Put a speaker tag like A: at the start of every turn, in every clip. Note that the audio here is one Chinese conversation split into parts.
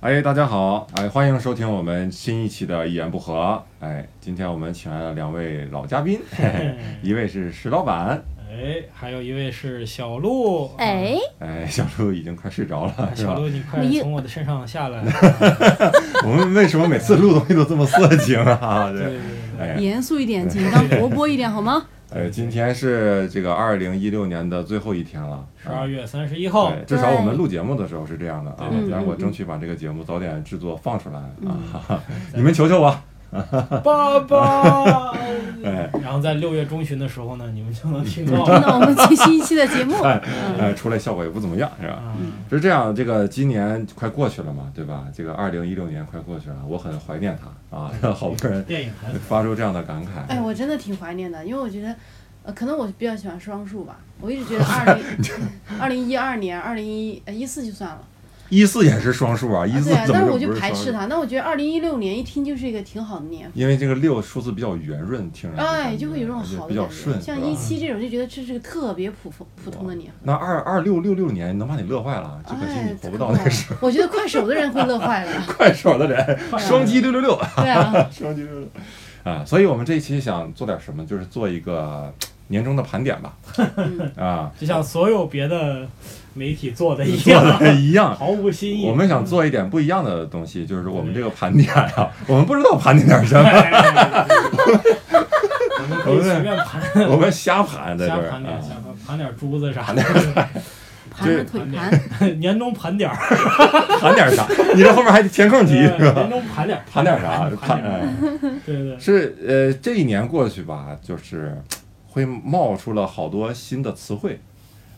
A: 哎，大家好，哎，欢迎收听我们新一期的《一言不合》。哎，今天我们请来了两位老嘉 宾，嘿嘿一位是石老板，
B: 哎，还有一位是小鹿，
C: 哎，
A: 哎，小鹿已经快睡着了，
B: 啊，
A: 是
B: 小
A: 吧？
B: 鹿，你快
C: 我一
B: 从我的身上下来， 啊
A: 我们为什么每次录东西都这么色情 啊？
B: 对对
A: 这，
B: 对，
A: 哎，
C: 严肃一点，紧张活泼一点好吗？
A: 呃，今天是这个二零一六年的最后一天了，
B: 十二
A: 月。
B: 月三十一号，
A: 对，至少我们录节目的时候是这样的啊
B: 哦对
C: 对，对
A: 然后我争取把这个节目早点制作放出来啊
C: 嗯，
A: 哈哈 你们求求
B: 嗯
A: 我，
B: 爸爸，
A: 哎
B: 然后在六月中旬的时候呢，你们就能听到了，
C: 那我们最新一期的节 目，
A: 哎
C: 嗯，
A: 哎，出来效果也不怎么样，是吧？
B: 啊，
A: 是这样，这个今年快过去了嘛，对吧？这个二零一六年快过去了，我很怀念他啊，好多人
B: 电影还
A: 发出这样的感慨。
C: 哎，我真的挺怀念的，因为我觉得，呃，可能我比较喜欢双数吧，我一直觉得二零二零一二年、二零一一四就算了，
A: 一四也是双数啊，一
C: 啊
A: 四
C: 对啊，
A: 怎
C: 但
A: 么
C: 是我
A: 就
C: 就
A: 不是
C: 排
A: 双
C: 斥
A: 数？
C: 它，那我觉得二零一六年一听就是一个挺好的年。
A: 因为这个六数字比较圆润，听着
C: 哎，就会有这种好
A: 嗯比
C: 的
A: 较
C: 感
A: 顺
C: 觉，，像
A: 是吧
C: 一七这种就觉得这是个特别普通普通的年。
A: 那二二六六六年能把你乐坏了，就可惜你
C: 哎，
A: 活不到那个时候。
C: 我觉得快手的人会乐坏 了。
A: 快手的 人，
C: 啊
A: 双击六六六，
C: 对啊，
A: 双击六六，啊！所以我们这一期想做点什么，就是做一个年终的盘点吧，
C: 嗯，
A: 啊，
B: 就像所有别的媒体做的一
A: 做
B: 样，
A: 的一样，
B: 毫无新意。
A: 我们想做一点不一样的东西，就是我们这个盘点啊，我们不知道盘点点什么，
B: 哎，我们可以随便盘，
A: 我们瞎盘在这
B: 瞎
A: 儿
B: 盘点，瞎
A: 啊。
B: 盘盘点珠子啥的，
C: 盘着
A: 这
C: 腿
B: 盘
C: 盘。
B: 年终盘点儿，
A: 盘点啥？你这后面还得填空题是吧？
B: 年终盘点儿，
A: 盘点啥？
B: 盘
A: 盘
B: 点儿，
A: 哎
B: 对对，
A: 是呃，这一年过去吧，就是会冒出了好多新的词汇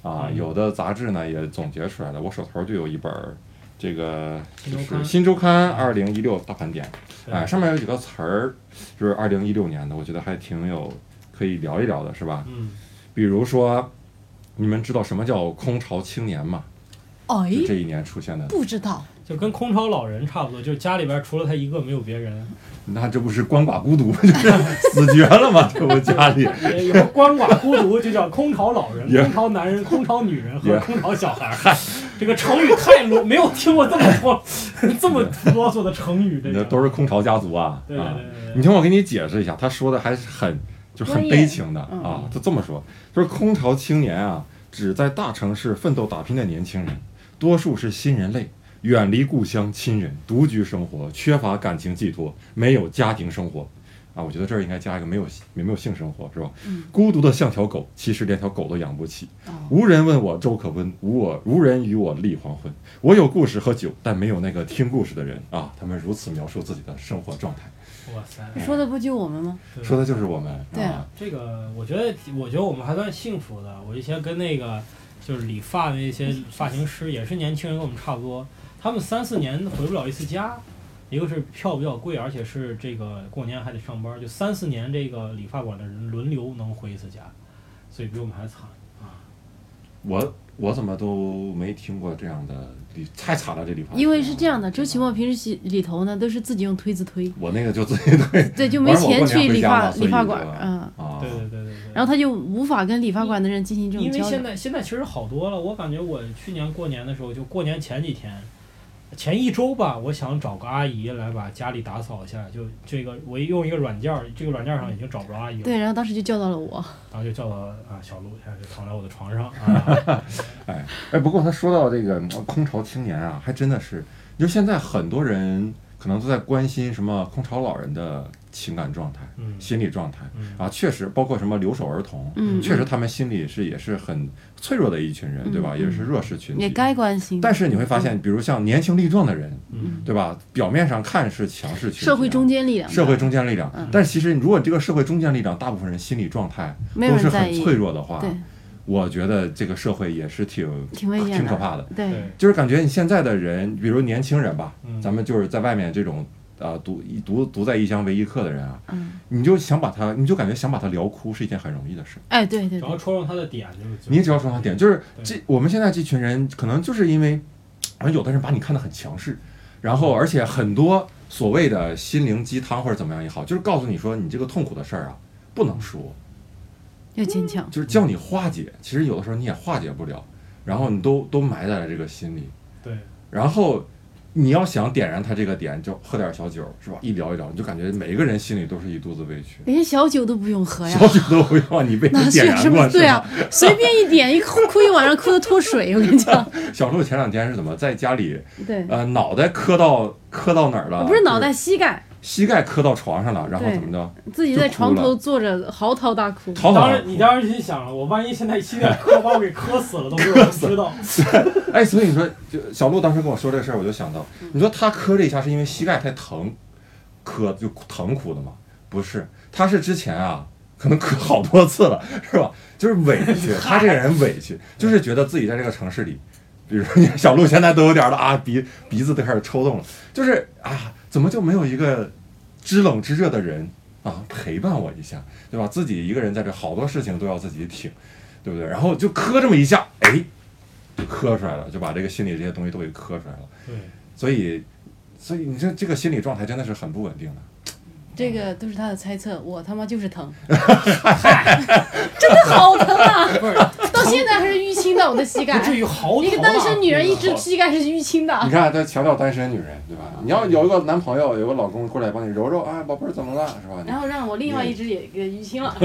A: 啊，
B: 嗯
A: 有的杂志呢也总结出来了，我手头就有一本儿这个
B: 新
A: 就
B: 周
A: 是《
B: 刊
A: 新周刊》二零一六大盘点，
B: 对
A: 哎，上面有几个词儿，就是二零一六年的，我觉得还挺有可以聊一聊的，是吧？
B: 嗯，
A: 比如说，你们知道什么叫空巢青年吗？
C: 哎
A: 就，这一年出现的，
C: 不知道，
B: 就跟空巢老人差不多，就是家里边除了他一个没有别 人，
A: 那这不是鳏寡孤独， 就是死绝了吗？这不家里
B: 也有鳏寡孤独，就叫空巢老人、
A: 也
B: 空巢男人、空巢女 人和
A: Yeah
B: 空巢小孩儿。这个成语太啰，没有听过这么多 这么啰嗦的成语，这
A: 那
B: 个
A: 都是空巢家族啊
B: 对对
A: 啊！
B: 对
A: 你
B: 对
A: 听我给你解释一下，他说的还是很就是很悲情的
C: 专业嗯
A: 啊。他这么说，就是空巢青年啊，指在大城市奋斗打拼的年轻人，多数是新人类。远离故乡、亲人，独居生活，缺乏感情寄托，没有家庭生活，啊，我觉得这儿应该加一个没有没有性生活，是吧？
C: 嗯，
A: 孤独的像条狗，其实连条狗都养不起。
C: 哦，
A: 无人问我粥可温，无我无人与我立黄昏。我有故事和酒，但没有那个听故事的人啊。他们如此描述自己的生活状态，
B: 对，哇塞，
C: 说的不就我们吗？
B: 对
A: 说的就是我们。
C: 对
A: 啊，
B: 这个，我觉得我觉得我们还算幸福的。我以前跟那个就是理发的那些发型师，也是年轻人，跟我们差不多，他们三四年回不了一次家。一个是票比较贵，而且是这个过年还得上班，就三四年这个理发馆的人轮流能回一次家，所以比我们还惨。
A: 我我怎么都没听过这样的理，太惨了这啊理发。
C: 因为是这样的，周奇墨平时洗里头呢都是自己用推子 推，
A: 我那个就自己 对
C: 对，就没钱去
A: 玩
C: 理发
A: 儿我过年回家了所以
C: 理发馆
A: 就，
C: 嗯，
A: 啊
B: 对，对对对对。
C: 然后他就无法跟理发馆的人进行这种
B: 因为
C: 交
B: 现
C: 流。
B: 在现在其实好多了，我感觉我去年过年的时候，就过年前几天，前一周吧，我想找个阿姨来把家里打扫一下，就这个我用一个软件儿，这个软件儿上已经找不着阿姨了，
C: 对，然后当时就叫到了我，
B: 然后就叫到啊小鹿，现在就躺在我的床上 啊，
A: 哎，不过他说到这个嗯空巢青年啊，还真的是，就现在很多人可能都在关心什么空巢老人的情感状态、
B: 嗯
A: 心理状态。
B: 嗯，
A: 啊，确实，包括什么留守儿童，
C: 嗯
A: 确实他们心里是也是很脆弱的一群人，对吧？
C: 嗯
A: 也是弱势群体。
C: 也该关心。
A: 但是你会发现，比如像年轻力壮的人，
B: 嗯
A: 对吧？表面上看是强势群体啊，
C: 社会中坚力量，
A: 社会中坚力量，
C: 嗯
A: 但其实如果这个社会中坚力量，大部分人心理状态
C: 没有
A: 都是
C: 人在
A: 很
C: 意，
A: 脆弱的啊话，
C: 对，
A: 我觉得这个社会也是挺
C: 挺危险
A: 挺可怕的。
C: 对，
B: 对，
A: 就是感觉你现在的人，比如年轻人吧，
B: 嗯
A: 咱们就是在外面这种啊独一独独在异乡为异客的人啊，
C: 嗯，
A: 你就想把他，你就感觉想把他聊哭是一件很容易的事。
C: 哎，对对
B: 只要
C: 对，
B: 戳中他的点就是，
A: 你只要说上点，就是
B: 对
A: 这我们现在这群人，可能就是因为，啊，有的人把你看得很强势，然后而且很多所谓的心灵鸡汤或者怎么样也好，就是告诉你说你这个痛苦的事儿啊，不能说，
C: 嗯要坚强。
A: 就是叫你化解，其实有的时候你也化解不了，然后你都都埋在了这个心里，
B: 对，
A: 然后你要想点燃他这个点，就喝点小酒，是吧？一聊一聊，你就感觉每个人心里都是一肚子委屈，
C: 连小酒都不用喝呀
A: 小，酒都不要，你被
C: 哪
A: 人
C: 是
A: 点
C: 什
A: 燃
C: 么
A: 过
C: 对
A: 吧？
C: 啊？随便一点一哭哭一晚上，哭的脱水，我跟 你讲，
A: 小时候前两天是怎么在家里，
C: 对，
A: 呃，脑袋磕到磕到哪儿了？
C: 不是脑
A: 就
C: 袋膝盖，
A: 膝盖磕到床上了，然后
C: 对
A: 怎么着？
C: 自己
A: 就
C: 在
A: 哭
C: 床
A: 了
C: 头坐着嚎啕大哭。
A: 逃跑
B: 当时你当时心想了，我万一现在七点磕，把我给磕死了，都没有
A: 磕
B: 人
A: 死
B: 知道。
A: 哎，所以你说，就小鹿当时跟我说这个事儿，我就想到，你说他磕这一下是因为膝盖太疼，磕就疼哭的吗？不是，他是之前啊，可能磕好多次了，是吧？就是委屈，他这个人委屈，就是觉得自己在这个城市里，比如说小鹿现在都有点儿了啊，鼻鼻子都开始抽动了，就是啊，怎么就没有一个知冷知热的人啊陪伴我一下，对吧？自己一个人在这，好多事情都要自己挺，对不对？然后就磕这么一下，哎。就磕出来了，就把这个心里这些东西都给磕出来了。
B: 对，
A: 所以，所以你这这个心理状态真的是很不稳定的。
C: 这个都是他的猜测，我他妈就是疼，真的好疼啊！
B: 不是
C: 到现在还是淤青的我的膝
B: 不啊至
C: 盖，
B: 于嚎啕
C: 一个单身女人一
B: 啊
C: 直
A: 好
C: 膝盖是淤青
A: 你
C: 的，
A: 看，他强调单身女人，对吧？你要有一个男朋友，有个老公过来帮你揉揉啊，宝贝儿怎么了，是吧？
C: 然后让我另外一只也给淤青了。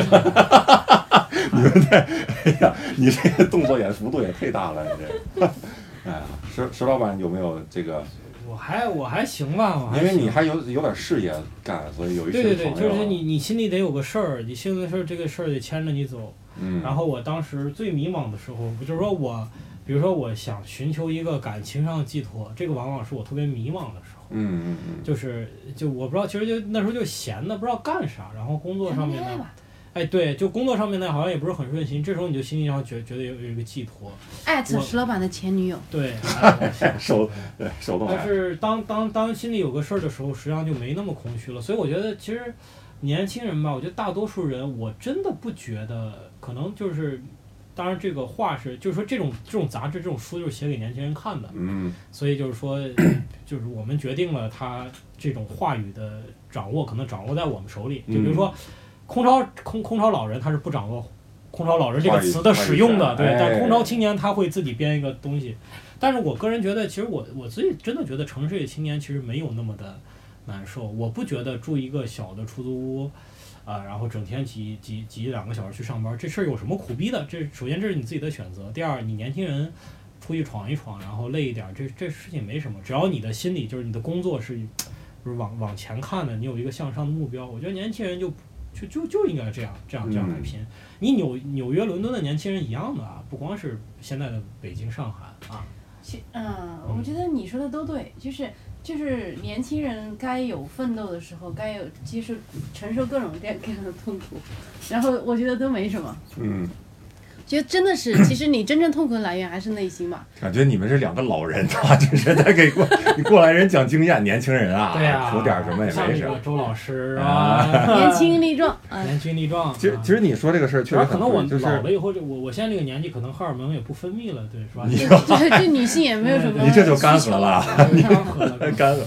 A: 哎呀， 你这个动作也幅度也忒大了，你这。 哎呀，石石老板有没有这个？
B: 我还我还行吧，我还
A: 因为你
B: 行
A: 还有有点事业干，所以有一
B: 对
A: 些
B: 对
A: 朋
B: 对，
A: 友。啊
B: 就是你你心里得有个事儿，你心里的事儿这个事儿得牵着你走。
A: 嗯，
B: 然后我当时最迷茫的时候，就是说我，比如说我想寻求一个感情上的寄托，这个往往是我特别迷茫的时候，
A: 嗯嗯嗯，
B: 就是就我不知道，其实就那时候就闲的不知道干啥，然后工作上
C: 谈
B: 面
C: 恋爱
B: 呢，
C: 吧，
B: 哎对，就工作上面呢好像也不是很顺心，这时候你就心里上觉觉得有有一个寄托，
C: 艾特
B: 我
C: 哎石老板的前女友，
B: 对，哎 我想
A: 手对手动
B: 但
A: 来。
B: 是当当当心里有个事儿的时候，实际上就没那么空虚了。所以我觉得其实年轻人吧，我觉得大多数人，我真的不觉得，可能就是，当然这个话是，就是说这种这种杂志、这种书就是写给年轻人看的，
A: 嗯，
B: 所以就是说，就是我们决定了他这种话语的掌握，可能掌握在我们手里。就比如说，
A: 嗯
B: 空巢空空巢老人他是不掌握“空巢老人”这个
A: 话语
B: 词的使用
A: 话
B: 的，
A: 语
B: 对，
A: 权哎
B: 但空巢青年他会自己编一个东西。但是我个人觉得，其实我我自己真的觉得城市里青年其实没有那么的难受，我不觉得住一个小的出租屋。啊，然后整天挤挤挤两个小时去上班，这事儿有什么苦逼的？这首先这是你自己的选择，第二你年轻人出去闯一闯，然后累一点儿，这这事情没什么。只要你的心里就是你的工作是，就是往往前看的，你有一个向上的目标。我觉得年轻人就就就就应该这样这样这样
A: 嗯
B: 来拼。你纽纽约、伦敦的年轻人一样的啊，不光是现在的北京、上海啊，
C: 其嗯，我觉得你说的都对，就是就是年轻人该有奋斗的时候，该有接受承受各种各样各样的痛苦，然后我觉得都没什么。
A: 嗯，
C: 觉得真的是，其实你真正痛苦的来源还是内 心吧。
A: 感觉你们是两个老人，他这是在给过 你过来人讲经验，年轻人啊，
B: 对啊，
A: 苦点儿什么也没
B: 像那个
A: 事。
B: 周老师
A: 啊
B: 啊，
C: 年轻力壮， 啊，
B: 年轻力壮啊。
A: 其实其实你说这个事儿确实
B: 然
A: 很
B: 后可能我
A: 对就是
B: 老了以后，这我我现在这个年纪，可能荷尔蒙也不分泌了，对，是 吧？
A: 你
C: 对对对，女性也没有什 么。
A: 你这就干涸了。干了。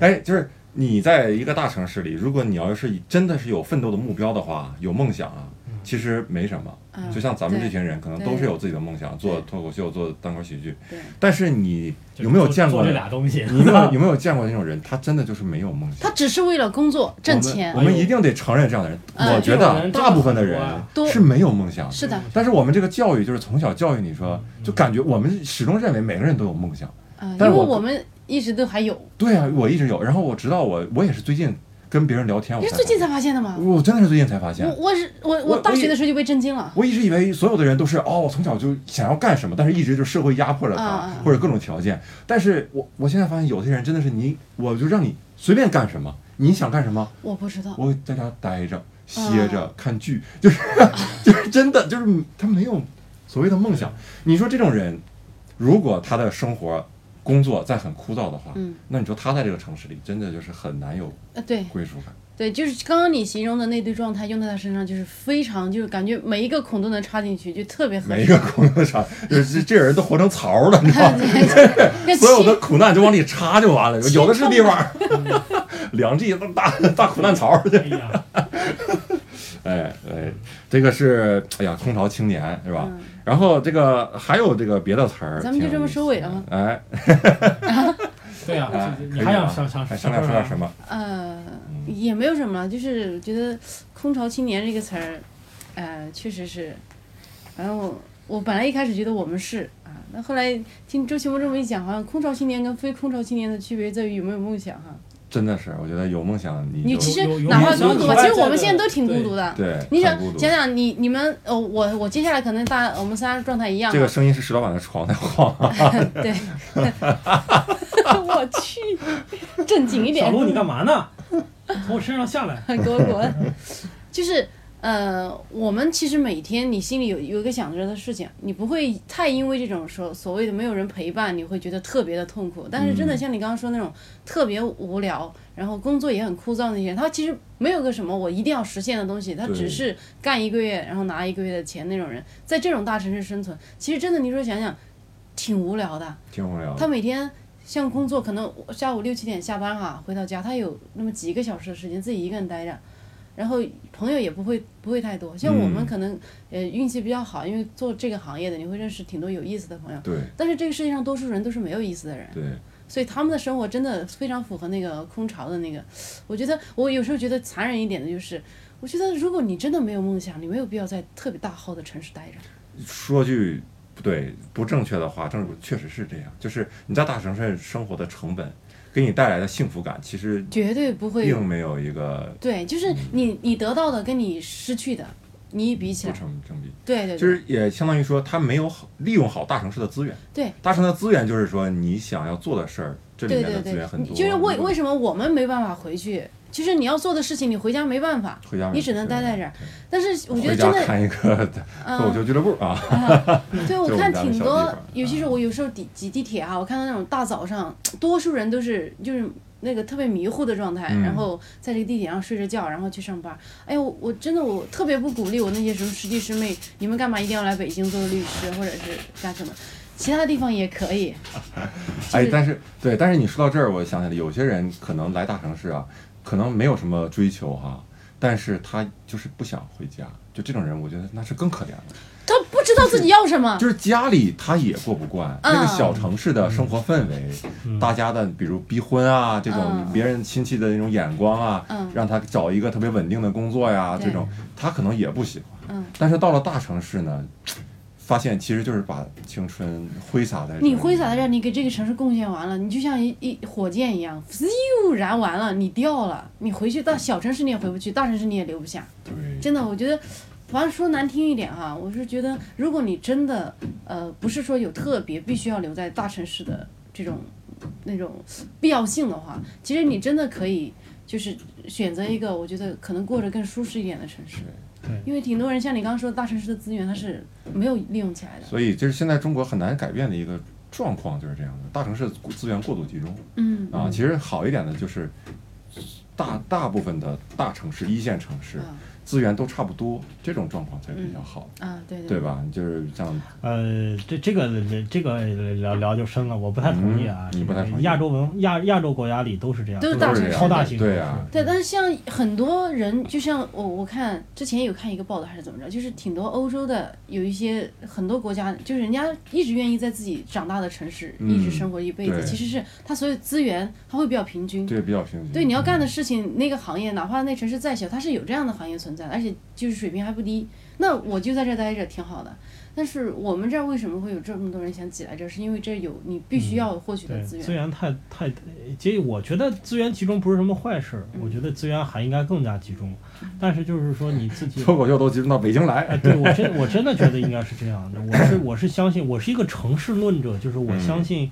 A: 哎，就是你在一个大城市里，如果你要是真的是有奋斗的目标的话，有梦想啊
B: 嗯，
A: 其实没什么。
C: 嗯
A: 就像咱们这群人，可能都是
C: 对
A: 有自己的梦想，做脱口秀，做单口喜剧。
C: 对，
A: 但是你有没有见过
B: 做这？俩 东西？
A: 你有没 有有没有见过那种人？他真的就是没有梦想。
C: 他只是为了工作挣
A: 我
C: 钱。
A: 们我们一定得承认这样的人。
C: 嗯
A: 我觉
B: 这种
A: 得
B: 人
A: 大部分的人
C: 多
A: 是没有梦想的。
C: 是的，
A: 但是我们这个教育就是从小教育你说，
B: 嗯
A: 就感觉我们始终认为每个人都有梦想。
C: 啊，因
A: 但
C: 为
A: 是我
C: 我们一直都还有。
A: 对啊，我一直有。然后我直到我我也是最近跟别人聊天，我
C: 你是
A: 才
C: 最近
A: 发
C: 才发现的吗
A: 现，？我真的是最近才发
C: 我
A: 现。
C: 我是我
A: 我
C: 我大学的时候就被震惊了。
A: 我一直以为所有的人都是哦，我从小就想要干什么，但是一直就社会压迫着他，
C: 啊啊
A: 或者各种条件。但是我我现在发现，有些人真的是你，我就让你随便干什么，你想干什么，
C: 我不知道，
A: 我在家待着、歇着、看剧，就是就是真的就是他没有所谓的梦想。你说这种人，如果他的生活、工作再很枯燥的话，
C: 嗯，
A: 那你说他在这个城市里真的就是很难有
C: 呃，对
A: 归属感。
C: 对，就是刚刚你形容的那堆状态用在他身上，就是非常就是感觉每一个孔都能插进去，就特别合
A: 每一
C: 适。
A: 个工作场， 就是这人都活成槽儿了，你知道吗？
C: 跟
A: 所有
C: 亲
A: 的苦难就往里插就完了，
C: 心
A: 有的是地方。 两 G 大大苦难槽儿去，
B: 哎呀，
A: 哎哎，这个是哎呀，空巢青年是吧？
C: 嗯
A: 然后这个还有这个别的词儿，
C: 咱们就这么收尾
A: 挺有意思
C: 了吗
A: 的？哎，
B: 对呀、
A: 啊
B: 你
A: 可以
B: 还想
A: 啊
B: 想想
A: 还
B: 想
A: 想想说点
B: 啥？
A: 什么？
C: 呃，也没有什么，就是觉得“空巢青年”这个词儿，呃，确实是。反正我我本来一开始觉得我们是啊，那后来听周奇墨这么一讲，好像空巢青年跟非空巢青年的区别在于有没有梦想哈。
A: 真的是，我觉得有梦想你
C: 你
A: 就
C: 其实
B: 有有
C: 哪怕
A: 梦想
C: 孤独吧，
A: 以外
C: 其实我
B: 在
C: 们
B: 的
C: 现在都挺孤
B: 对
C: 独的。
A: 对，
C: 你想
A: 很孤独
C: 想想你你们呃我我接下来可能大我们仨状态一样
A: 这
C: 哈
A: 个，声音是石老板的床在晃啊，
C: 对， 我去，正经一点
B: 小，鹿，你干嘛呢？ 从我身上下来。
C: 给我滚！就是呃，我们其实每天你心里有有一个想着的事情，你不会太因为这种说所谓的没有人陪伴，你会觉得特别的痛苦。但是真的
A: 嗯
C: 像你刚刚说那种特别无聊，然后工作也很枯燥那些人，他其实没有个什么我一定要实现的东西，他
A: 对
C: 只是干一个月然后拿一个月的钱那种人，在这种大城市生存，其实真的你说想想，挺无聊的。
A: 挺无聊的。
C: 他每天像工作，可能下午六七点下班哈、回到家他有那么几个小时的时间自己一个人待着，然后朋友也不会不会太多。像我们
A: 嗯
C: 可能、呃运气比较好，因为做这个行业的，你会认识挺多有意思的朋友。
A: 对
C: 但是这个世界上多数人都是没有意思的人，
A: 对，
C: 所以他们的生活真的非常符合那个空巢的那个。我觉得我有时候觉得残忍一点的就是，我觉得如果你真的没有梦想，你没有必要在特别大号的城市待着。
A: 说句不对不正确的话，正确实是这样，就是你在大城市生活的成本给你带来的幸福感，其实
C: 绝对不会
A: 并没有一个
C: 对，
A: 嗯
C: 就是你你得到的跟你失去的，你一比起
A: 不
C: 来，
A: 成正比。
C: 对对对，
A: 就是也相当于说，他没有好利用好大城市的资源。
C: 对，
A: 大城市的资源就是说，你想要做的事儿，这里
C: 对
A: 面
C: 对
A: 的资
C: 对
A: 源很，多。
C: 就是为
A: 你
C: 为什么我们没办法回去？就是你要做的事情，你回家没办法。
A: 回家
C: 你只能待在这儿
A: 儿。
C: 但是我
A: 啊
C: 觉得
A: 回
C: 真
A: 家
C: 的，
A: 看一个 脱口
C: 嗯，
A: 秀俱乐部啊，
C: 对我
A: 就我
C: 看
A: 们家的
C: 挺
A: 小地
C: 多
A: 方，
C: 尤其是
A: 嗯
C: 我有时候挤挤地铁啊，我看到那种大早上，多数人都是就是那个特别迷糊的状态，
A: 嗯
C: 然后在这个地铁上睡着觉，然后去上班。哎呦，我我真的我特别不鼓励我那些什么师弟师妹，你们干嘛一定要来北京做律师或者是干什么？其他地方也可以。就
A: 哎
C: 是，
A: 但是对，但是你说到这儿，我想起来，有些人可能来大城市啊，可能没有什么追求哈、但是他就是不想回家，就这种人，我觉得那是更可怜的。
C: 他不知道自己要什么。
A: 就是家里他也过不惯、
C: 嗯
A: 那个小城市的生活氛围，
B: 嗯
A: 大家的比如逼婚啊，这种
C: 嗯
A: 别人亲戚的那种眼光啊，
C: 嗯
A: 让他找一个特别稳定的工作呀，
C: 对
A: 这种他可能也不喜欢。
C: 嗯，
A: 但是到了大城市呢，发现其实就是把青春挥洒在这
C: 你
A: 里
C: 挥洒在这儿，你给这个城市贡献完了，你就像一一火箭一样，咻燃完了，你掉了，你回去到小城市你也回不去，大城市你也留不下。
A: 对
C: 真的，我觉得，反正说难听一点哈、我是觉得，如果你真的呃不是说有特别必须要留在大城市的这种那种必要性的话，其实你真的可以就是选择一个我觉得可能过着更舒适一点的城市
B: 对对，
C: 因为挺多人像你刚刚说的，大城市的资源它是没有利用起来的。
A: 所以这是现在中国很难改变的一个状况，就是这样的，大城市资源过度集中
C: 嗯
A: 啊。
B: 嗯
A: 其实好一点的就是大大部分的大城市、一线城市
C: 啊
A: 资源都差不多，这种状况才比较好，
C: 啊，对对
A: 对吧？就是像
C: 嗯
B: 呃，这这个这个聊聊就深了，我不太同意啊。
A: 嗯你不太同意
B: 亚洲文亚亚洲国家里都是这样，
C: 都是大
A: 都是这
B: 是
C: 城市
A: 样
B: 超大型
A: 对
B: 城市
A: 啊，
C: 对，但是像很多人，就像我我看之前有看一个报道还是怎么着，就是挺多欧洲的有一些很多国家，就是人家一直愿意在自己长大的城市、
A: 嗯
C: 一直生活一辈子，
A: 对
C: 其实是他所有资源他会比较平均。
A: 这个比较平均。
C: 对，你要干的事情，那个行业哪怕那城市再小，它是有这样的行业存在的，而且就是水平还不低。那我就在这儿待着挺好的。但是我们这儿为什么会有这么多人想挤来这儿？是因为这儿有你必
A: 嗯
C: 须要获取的
B: 对
C: 资源。
B: 资源太太，其实我觉得资源集中不是什么坏事，
C: 嗯
B: 我觉得资源还应该更加集中。但是就是说你 自己，
A: 脱口秀都集中到北京来，
B: 哎， 对我真我真的觉得应该是这样的。我是我是相信，我是一个城市论者，就是我
A: 嗯
B: 相信，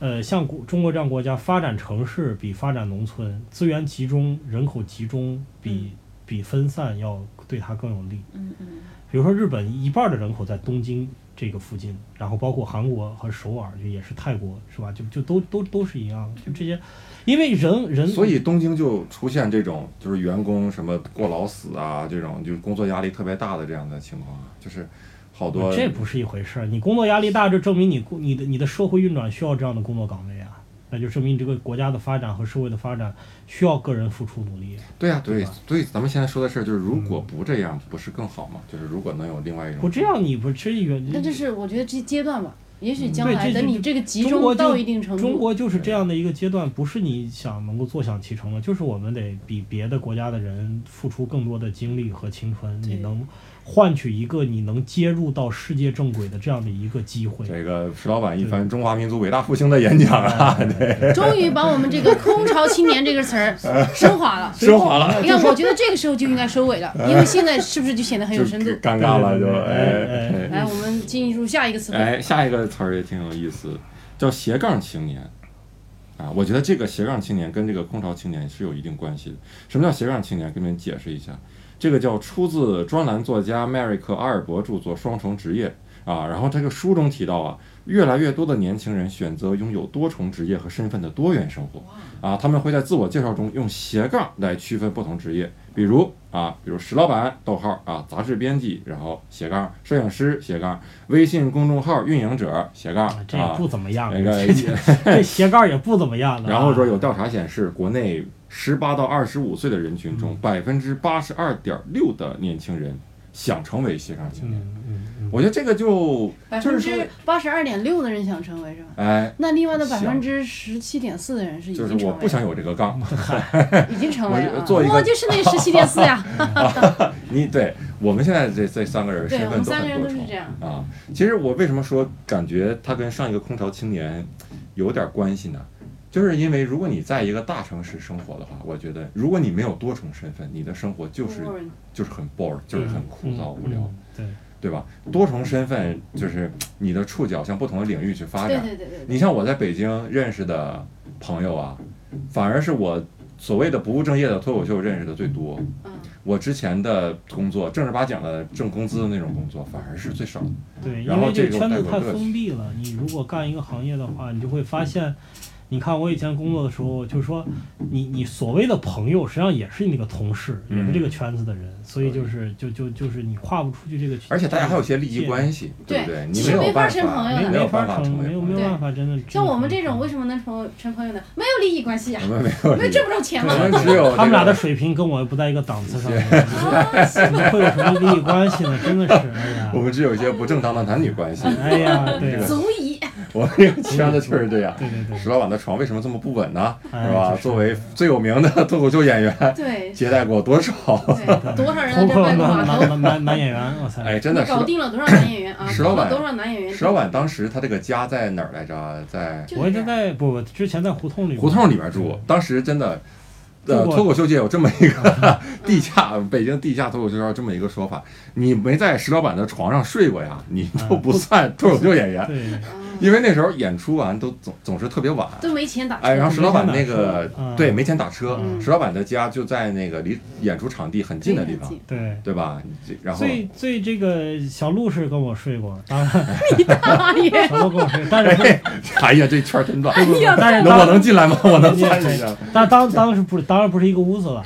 B: 呃，像国中国这样国家，发展城市比发展农村，资源集中、人口集中比比分散要对它更有利。
C: 嗯嗯
B: 比如说日本一半的人口在东京这个附近，然后包括韩国和首尔，就也是泰国，是吧？就就都都都是一样的，就这些，因为人人
A: 所以东京就出现这种就是员工什么过劳死啊，这种就是工作压力特别大的这样的情况，就是好多
B: 哦这不是一回事儿。你工作压力大，这证明你工你的你的社会运转需要这样的工作岗位啊，那就证明这个国家的发展和社会的发展需要个人付出努力。
A: 对呀、对
B: 吧，
A: 所以咱们现在说的事儿就是，如果不这样，不是更好吗？就是如果能有另外一种，
B: 不这样，你不至于
C: 那这是我觉得这阶段吧，也许将
B: 嗯对
C: 来
B: 这
C: 等
B: 就
C: 你这个集
B: 中国
C: 中
B: 就
C: 到一定程
B: 中
C: 度，
B: 国就是这样的一个阶段，不是你想能够坐享其成的，就是我们得比别的国家的人付出更多的精力和青春，
C: 对
B: 你能换取一个你能接入到世界正轨的这样的一个机会。
A: 这个石老板一番中华民族伟大复兴的演讲 啊，
C: 终于把我们这个“空巢青年”这个词儿升华了。
A: 啊升华了，啊
C: 你看，我觉得这个时候就应该收尾了，因为现在是不是就显得很有
A: 就
C: 深度？
A: 尴尬了，就
B: 对对对
A: 哎哎。
B: 哎
C: 来，我们进入下一个词汇。
A: 哎，下一个词儿也挺有意思，叫斜杠青年。啊，我觉得这个斜杠青年跟这个空巢青年是有一定关系的。什么叫斜杠青年？给你们解释一下，这个叫出自专栏作家迈瑞克·阿尔伯著作《双重职业》啊。然后这个书中提到啊，越来越多的年轻人选择拥有多重职业和身份的多元生活啊，他们会在自我介绍中用斜杠来区分不同职业，比如啊，比如石老板逗号啊，杂志编辑，然后斜杠摄影师斜杠微信公众号运营者斜杠
B: 啊这也
A: 啊
B: 不，怎么样，
A: 那个
B: 这这斜杠也不怎么样的啊。
A: 然后说有调查显示，国内十八到二十五岁的人群
B: 嗯
A: 中，百分之八十二点六的年轻人想成为斜杠青
B: 嗯，
A: 年。
B: 嗯嗯
A: 我觉得这个就
C: 百
A: 就
C: 分
A: 是
C: 之
A: 说，
C: 八十二点六的人想成为是吧？
A: 哎，
C: 那另外的百
A: 想
C: 分之十七点四的人是已
A: 就
C: 经
A: 是
C: 成为
A: 我
C: 了，
A: 不想有这个杠，
C: 已经成为了
A: 我
C: 啊。
A: 做一个
C: 我就是那十七点四 呀。
A: 你对我们现在这这三个人
C: 对
A: 身
C: 我
A: 份
C: 们
A: 都
C: 三个人
A: 很
C: 都
A: 多
C: 是
A: 重
C: 这样。
A: 啊。其实我为什么说感觉它跟上一个空巢青年有点关系呢？就是因为如果你在一个大城市生活的话，我觉得如果你没有多重身份，你的生活就是
C: 中国人
A: 就是很 bored，就是很枯
B: 嗯
A: 燥无聊。。
B: 对，
A: 对吧？多重身份就是你的触角向不同的领域去发
C: 对
A: 展。
C: 对对对对。
A: 你像我在北京认识的朋友啊，反而是我所谓的不务正业的脱口秀认识的最多。
C: 嗯，
A: 我之前的工作，正儿八经的挣工资的那种工作，反而是最少的。
B: 对，
A: 然
B: 因
A: 后
B: 为
A: 这
B: 这
A: 个
B: 圈
A: 带
B: 子
A: 过
B: 太
A: 乐趣
B: 封闭了。你如果干一个行业的话，你就会发现，你看我以前工作的时候，就是说，你你所谓的朋友，实际上也是你那个同事，也
A: 嗯
B: 是这个圈子的人，所以就是就就就是你跨不出去这个圈。
A: 而且大家还有一些利益关系，对不
C: 对
A: 对？
C: 其
A: 你
C: 实
A: 没有
C: 没法
A: 办
C: 成朋
A: 法，
C: 友
A: 你
C: 的
A: 没有
B: 没
A: 办
B: 法
A: 法
B: 成，
A: 成
B: 没有
A: 为
B: 没
A: 朋
B: 有
A: 友。
B: 办法，真的。
C: 像我们
B: 真
C: 这
B: 的
C: 种为什么能成成朋友呢？没有利益关系啊呀
A: 我，们没有
C: 因为
A: 利益，
C: 挣不着钱
A: 我
C: 嘛。
A: 们只有
B: 他们俩的
A: 这
B: 水平跟我又不在一个档次上面，
C: 啊
B: 怎么会有什么利益关系呢？真的是，哎呀
A: 个，我，们只有一些不正当的男女关系。
B: 哎呀，对
A: 这
B: 呀
A: 个
C: 足以。
A: 我们这个圈子就是这样。
B: 对对对，
A: 石老板的床为什么这么不稳呢？
B: 哎
A: 是吧？
B: 就 是
A: 作为最有名的脱口秀演员，
C: 对
A: 接待过多少？
C: 对，多少人
B: 包
C: 在这
B: 括
C: 外挂
B: 男
C: 头？
B: 男男男演员，我操！
A: 哎， 真的
C: 你
A: 石
C: 搞
A: 老
C: 定了多少男演员啊？
A: 石老板
C: 搞了多少男演员？
A: 石老板当时他这个家在哪儿来着？在
C: 就
B: 我
C: 是
B: 一
C: 这
B: 直
C: 样
B: 在不，我之前在胡同里，
A: 胡同里边住。当时真的，呃，
B: 住过
A: 脱口秀界有这么一个地下，北京地下脱口秀圈有这么一个说法：你没在石老板的床上睡过呀，你就
B: 嗯
A: 不算脱口秀演员。
B: 对，
C: 嗯
A: 因为那时候演出完都总总是特别晚，
C: 都没钱打车。
A: 哎，然后石老板那
B: 没
A: 个
B: 钱打车
A: 对没钱打车，
C: 嗯
A: 石老板的家就在那个离演出场地很近的地方
C: 对。
B: 对。
A: 对吧？这然后
B: 最最这个小鹿是跟我睡过，当然
C: 大 爷，
B: 小鹿跟我睡，但是
A: 哎， 哎呀，这圈儿真乱。
B: 但是
A: 能我
B: 当
A: 能进来吗？我能参与一下。
B: 但当当时不是当然不是一个屋子了，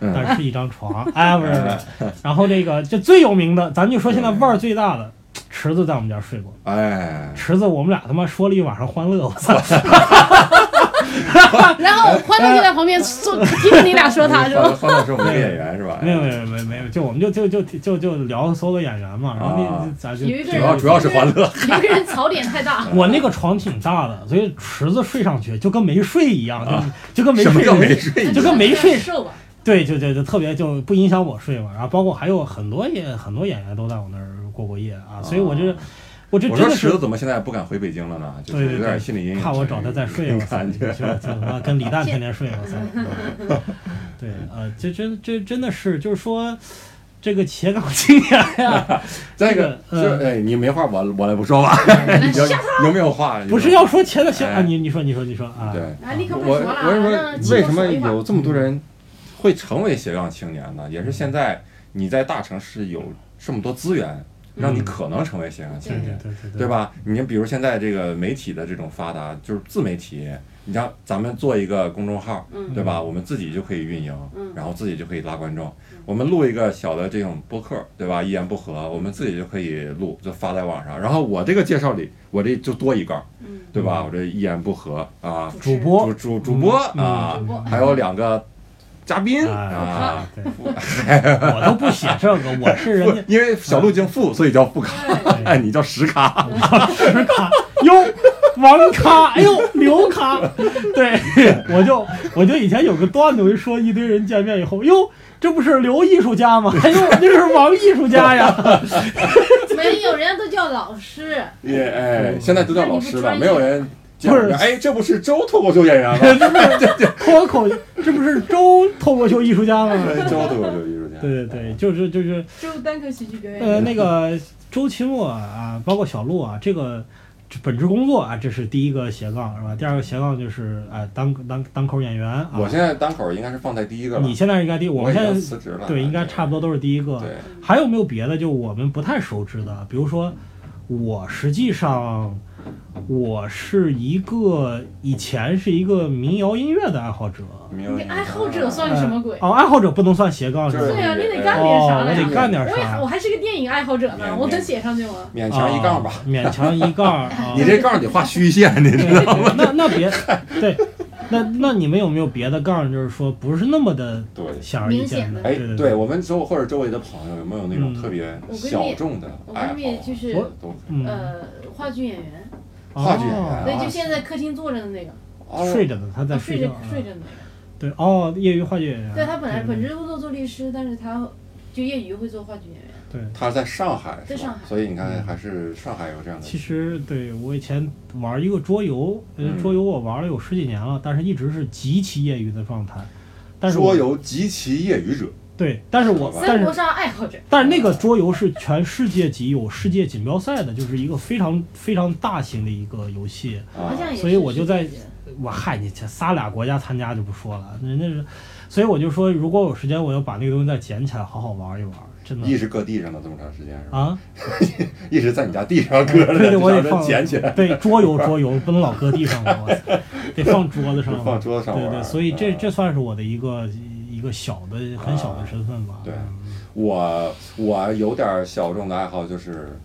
A: 嗯
B: 但是是一张床，哎不是不是，然后这个这最有名的，咱就说现在腕儿最大的池子在我们家睡过，
A: 哎，
B: 池子我们俩他妈说了一晚上欢乐，我操，
C: 然后欢乐就在旁边坐，听着你俩说他是
A: 欢乐
C: 吧？
A: 欢乐是我们的演员是吧？
B: 没有没有没有没有，就我们就就就就就聊所有的演员嘛，然后那
A: 啊
B: 咱就
C: 有一个
A: 主
C: 人
A: 要主要是欢乐，
C: 有一个人槽点太 大。
B: 我那个床挺大的，所以池子睡上去就跟没睡一样，就、就跟没
A: 啊什么
B: 睡
A: 叫
B: 人，
A: 没睡？
B: 就跟没睡
C: 瘦吧。
B: 对，就就就特别就不影响我睡嘛。然后包括还有很多也很多演员都在我那儿过过夜啊，所以我这、我这
A: 我
B: 真
A: 说
B: 的
A: 池
B: 是
A: 子怎么现在不敢回北京了呢？就是有点心理阴影。
B: 怕我找他再睡，我操，
A: 感
B: 就
A: 觉
B: 就他妈跟李诞天天睡，我操。 对，呃，这真这真的是就是说。这个斜杠 青年呀，
A: 这个
B: 嗯
A: 就是哎，你没话，我我来不 说吧。有有没有话？
B: 不是要说斜杠青
A: 哎
B: 啊？你你说你说你说啊？
A: 对。
C: 哎，立刻
A: 我
C: 快
A: 我
C: 说了啊，
A: 我
C: 让
A: 说，为什
C: 秦总
A: 么
C: 说一会儿
A: 有这
B: 嗯
A: 么多人会成为斜杠青年呢？也是现在你在大城市有这么多资源，
C: 嗯
A: 让你可能成为斜杠青
B: 对
A: 年
B: 对。对对
A: 对？吧？你比如现在这个媒体的这种发达，就是自媒体，你像咱们做一个公众号，
C: 嗯
A: 对吧？我们自己就可以运营，
C: 嗯
A: 然后自己就可以拉观众。我们录一个小的这种播客，对吧？一言不合，我们自己就可以录，就发在网上。然后我这个介绍里，我这就多一杠，
C: 嗯
A: 对吧？我这一言不合啊，
B: 主
C: 持
B: 播
A: 主主主播
B: 嗯
A: 啊
C: 主播，
A: 还有两个嘉宾
B: 啊
A: 啊，，
B: 对， 我都不写这个，我是人家
A: 因为小鹿姓傅，所以叫傅咖，哎，你叫石咖，
B: 石咖 哟，王咖，哎呦，刘 咖，对，我就我就以前有个段子，我就说一堆人见面以后，哟，这不是刘艺术家 吗？哎呦，这是王艺术家 呀！
D: 没有，人家都叫老师。
A: 也哎，
B: 嗯
A: 现在都叫老师了，没有人叫
B: 不是
A: 哎，这不是周脱口秀演员 吗？
B: 脱口，这不是周脱口秀艺术家吗？
A: 哎周脱口秀艺术家，
B: 对对对，就是就是。
D: 就单口喜剧表演。
B: 呃，那个周奇墨啊，包括小鹿啊，这个这本职工作啊，这是第一个斜杠是吧？第二个斜杠就是啊、当当当口演员啊。
A: 我现在单口应该是放在第一个了，
B: 你现在应该第，我
A: 我
B: 们
A: 已经
B: 现在
A: 辞职了，
B: 对应该差不多都是第一个。
A: 对，
B: 还有没有别的？就我们不太熟知的，比如说我实际上我是一个以前是一个民谣音乐的爱好者。
A: 没有
D: 你
A: 人
D: 爱好者
A: 啊
D: 算什么鬼？
B: 呃哦，爱好者不能算斜杠是吧？
A: 就是
D: 对
C: 啊
D: 呀，你得
A: 哎
D: 干点
B: 哦
D: 啥，
B: 我
D: 来
B: 得
D: 呀？
B: 干点
D: 我也
B: 啥
D: 我？还是个电影爱好者呢，
A: 嗯
D: 我能写上去吗？
A: 勉强一杠吧。
B: 啊，勉强 一杠。啊
A: 你这杠得画虚线，你知道吗？
B: 对那那别对，那那你们有没有别的杠？就是说不是那么的
A: 对，
B: 显而易见
D: 明显的
A: 哎
B: 对，
A: 对，我们周或者周围的朋友有没有那种
B: 嗯
A: 特别
D: 我闺
A: 小
D: 蜜
A: 众的
D: 我闺
A: 爱好？
D: 蜜就是
B: 我
A: 都
B: 嗯，
D: 呃话剧演员，
A: 话剧演
B: 哦
A: 员
D: 对，就现在客厅坐着的那个，
A: 哦
B: 睡着的，他在
D: 啊睡
B: 觉
D: 着
B: 啊。
D: 睡着的那
B: 对哦，业余话剧演员。
D: 个。对他本来
B: 对
D: 本职工作做律师，但是他就业余会做话剧演员。
B: 对，
A: 他在上海，
D: 在
A: 是吧
D: 上海
A: 所以你看还是上海有这样的
B: 嗯其实对我以前玩一个桌游，呃
A: 嗯
B: 桌游我玩了有十几年了，但是一直是极其业余的状态。但是
A: 桌
B: 我
A: 游极其业余者，
B: 对，但是我
A: 好吧
B: 但
D: 三
B: 是
D: 国杀爱好者，
B: 但是那个桌游是全世界级有世界锦标赛的，就是一个非常非常大型的一个游戏。
D: 好
A: 啊
D: 像也是。
B: 所以我就在我嗨，你这仨俩国家参加就不说了，人家是，所以我就说，如果有时间，我要把那个东西再捡起来，好好玩一玩，真
A: 一
B: 的
A: 直搁地上了这么长时间是吧？
B: 嗯啊，嗯
A: 一直在你家地上搁
B: 对
A: 着，
B: 对，我得
A: 让人
B: 放
A: 捡起来，
B: 对，桌游桌游不能老搁地上了，我操得放桌子上玩，
A: 放桌子上玩
B: 对对，所以这
A: 嗯啊
B: 这算是我的一个一个小的很小的身份吧，
A: 对
B: 嗯
A: 我我有点小众的爱好就是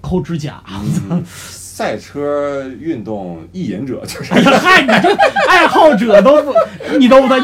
B: 抠指甲，
A: 嗯赛车运动意淫者，就是
B: 哎呀嗨，你这爱好者都不，你都不得一，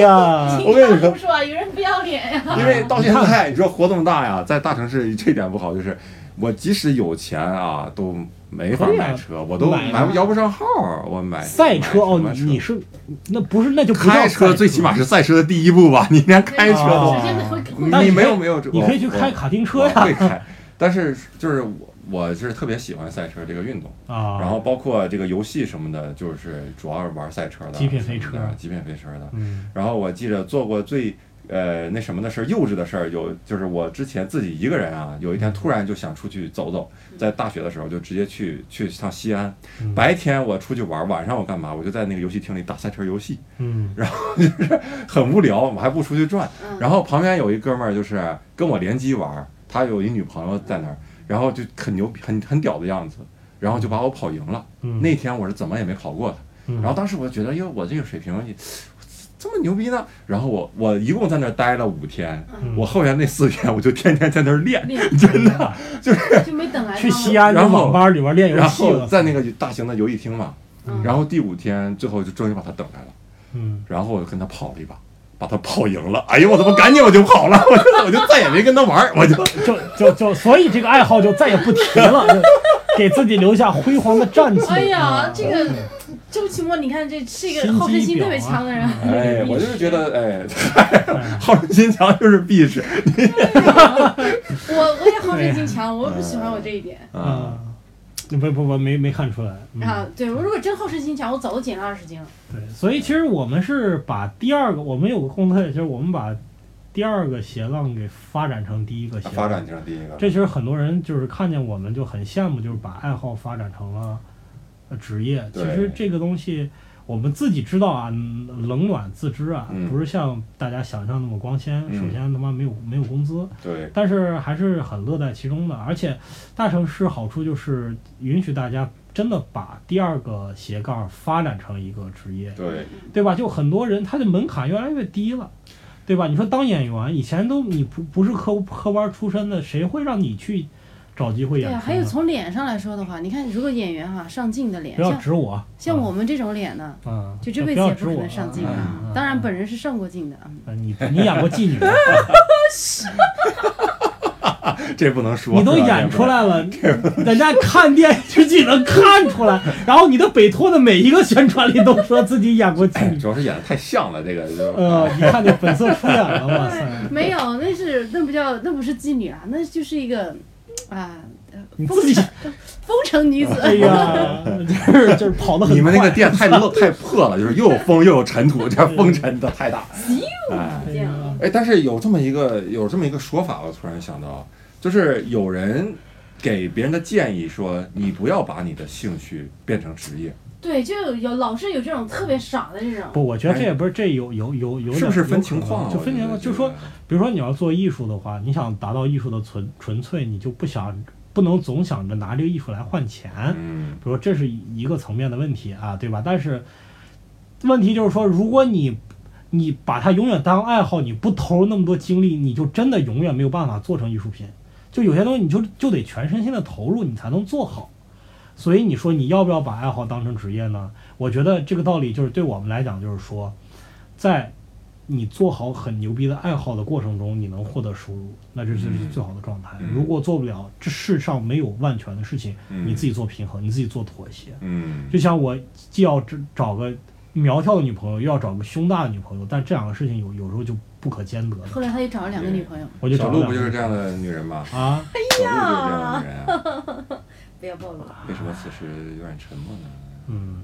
B: 哎呀，
A: 我跟你说
D: 不说啊，有人不要脸 呀。
A: 因为到现在你说活这么大呀，在大城市这点不好，就是我即使有钱啊，都没法
B: 可以啊
A: 买车，我都
B: 买吧
A: 买不摇不上号儿，我买
B: 赛车哦，
A: 买
B: 你
A: 什么
B: 你是那不是那就不叫
A: 开车
B: 赛
A: 最起码是赛车的第一步吧？你连开车都
B: 哦
D: 首先得会会
B: 但
A: 你
B: 你
A: 没
B: 可以
A: 有没有这，
B: 你可以去
A: 我
B: 开卡丁车
A: 我
B: 呀
A: 会开，但是就是我我是特别喜欢赛车这个运动，
B: 啊，
A: 哦然后包括这个游戏什么的，就是主要是玩赛车的，
B: 极品飞车
A: 嗯极品飞车的。
B: 嗯
A: 然后我记得做过最呃那什么的事儿，幼稚的事儿，有就是我之前自己一个人啊，有一天突然就想出去走走，在大学的时候就直接去去趟西安，
B: 嗯
A: 白天我出去玩，晚上我干嘛？我就在那个游戏厅里打赛车游戏，
B: 嗯
A: 很无聊，我还不出去转。
D: 嗯
A: 然后旁边有一哥们儿就是跟我联机玩，他有一女朋友在那儿，然后就很牛逼、很很屌的样子，然后就把我跑赢了。
B: 嗯
A: 那天我是怎么也没跑过他。
B: 嗯
A: 然后当时我就觉得，哎哟，我这个水平你这么牛逼呢？然后我我一共在那儿待了五天，
B: 嗯
A: 我后面那四天我就天天在那儿练，
D: 练
A: 真的。
D: 嗯就没等来
B: 去西
D: 安，
B: 安的
A: 然后
B: 网吧里边练游
A: 然
B: 戏
A: 后
B: 了，
A: 在那个大型的游戏厅嘛，
D: 嗯
A: 然后第五天最后就终于把他等来了，
B: 嗯
A: 然后我就跟他跑了一把。把他跑赢了，哎呦，我怎么赶紧我就跑了，我 就我就再也没跟他玩儿，我就
B: 就就就所以这个爱好就再也不提 了，就给自己留下辉煌的战绩。
D: 哎呀
B: 啊，
D: 这个周奇墨，你看这是一个
B: 心机
D: 好胜心
B: 婊
D: 特别
B: 啊
D: 强的人，
A: 哎，我就是觉得，
B: 嗯
A: 哎， 好胜心强就是必是
D: 我我也好胜心强，我不喜欢我这一点
A: 啊，
B: 啊，不不不，没没看出来
D: 啊
B: 嗯。。
D: 对我如果真好胜心强，我早就减了二十斤了。
B: 对，所以其实我们是把第二个，我们有个共特点，就是我们把第二个斜杠给发展成第一个斜杠。
A: 嗯发展就是第一个，
B: 这其实很多人就是看见我们就很羡慕，就是把爱好发展成了呃职业。其
A: 对
B: 实这个东西我们自己知道啊，嗯冷暖自知啊，
A: 嗯
B: 不是像大家想象那么光鲜。
A: 嗯
B: 首先他妈没有没有工资，
A: 对，
B: 但是还是很乐在其中的。而且大城市好处就是允许大家真的把第二个斜杠发展成一个职业。
A: 对，
B: 对吧？就很多人他的门槛越来越低了，对吧？你说当演员，以前都你不不是科科班出身的，谁会让你去找机会
C: 对
B: 演
C: 啊，
B: 出
C: 还有
B: 呢。
C: 从脸上来说的话，你看，如果演员哈、上镜的脸，
B: 不要
C: 像
B: 指我，
C: 像我们这种脸呢，
B: 啊，
C: 就这辈子
B: 不要
C: 也不
B: 指
C: 可
B: 我
C: 能上镜
B: 啊
C: 的
B: 啊。
C: 当然，
B: 啊
C: 本人是上过镜的，嗯
B: 啊你你演过妓女， 啊
E: 这不能说，
B: 你都
E: 是吧
B: 演出，来了，人家看电视剧能看出来。然后你的北托的每一个宣传里都说自己演过妓
A: 哎
B: 女，
A: 主要是演的太像了，这个就
B: 呃，一看就本色出演了，嗯哇塞！
C: 没有，那是那不叫那不是妓女啊，那就是一个啊，
B: 你自己，
C: 风尘女
B: 哎
C: 子。
B: 呀，就是就是跑得很快。
A: 你们那个店 太落太破了，就是又有风又有尘土，这风尘的太 大。哎
B: 哎呀
A: 哎，但是有这么一个有这么一个说法，我突然想到，就是有人给别人的建议说，你不要把你的兴趣变成职业，
F: 对，就有老是有这种特别傻的这种，
B: 不，我觉得这也不是，这有有有有
A: 是
B: 点
A: 不是
B: 有
A: 分
B: 可
A: 情
B: 能
A: 况啊？
B: 就分情况，就说，比如说你要做艺术的话，你想达到艺术的纯纯粹，你就不想不能总想着拿这个艺术来换钱。
A: 嗯，
B: 比如说这是一个层面的问题啊，对吧？但是问题就是说，如果你你把它永远当爱好，你不投入那么多精力，你就真的永远没有办法做成艺术品。就有些东西，你就就得全身心的投入，你才能做好。所以你说你要不要把爱好当成职业呢？我觉得这个道理就是对我们来讲，就是说，在你做好很牛逼的爱好的过程中，你能获得收入，那这就是最好的状态。
A: 嗯
B: 如果做不了，这世上没有万全的事情，
A: 嗯
B: 你自己做平衡，你自己做妥协。
A: 嗯
B: 就像我既要找找个苗条的女朋友，又要找个胸大的女朋友，但这两个事情有有时候就不可兼得
C: 后
B: 了。
C: 来他又找了两个女朋友，
B: 我就
A: 小
B: 找
A: 鹿
B: 了
A: 不就是
B: 两
A: 这样的女人吗？
B: 个啊，
A: 小鹿就是这样的女人啊，
F: 不要暴露
B: 啊
F: 了。
A: 为什么此时有点沉默呢？
B: 嗯，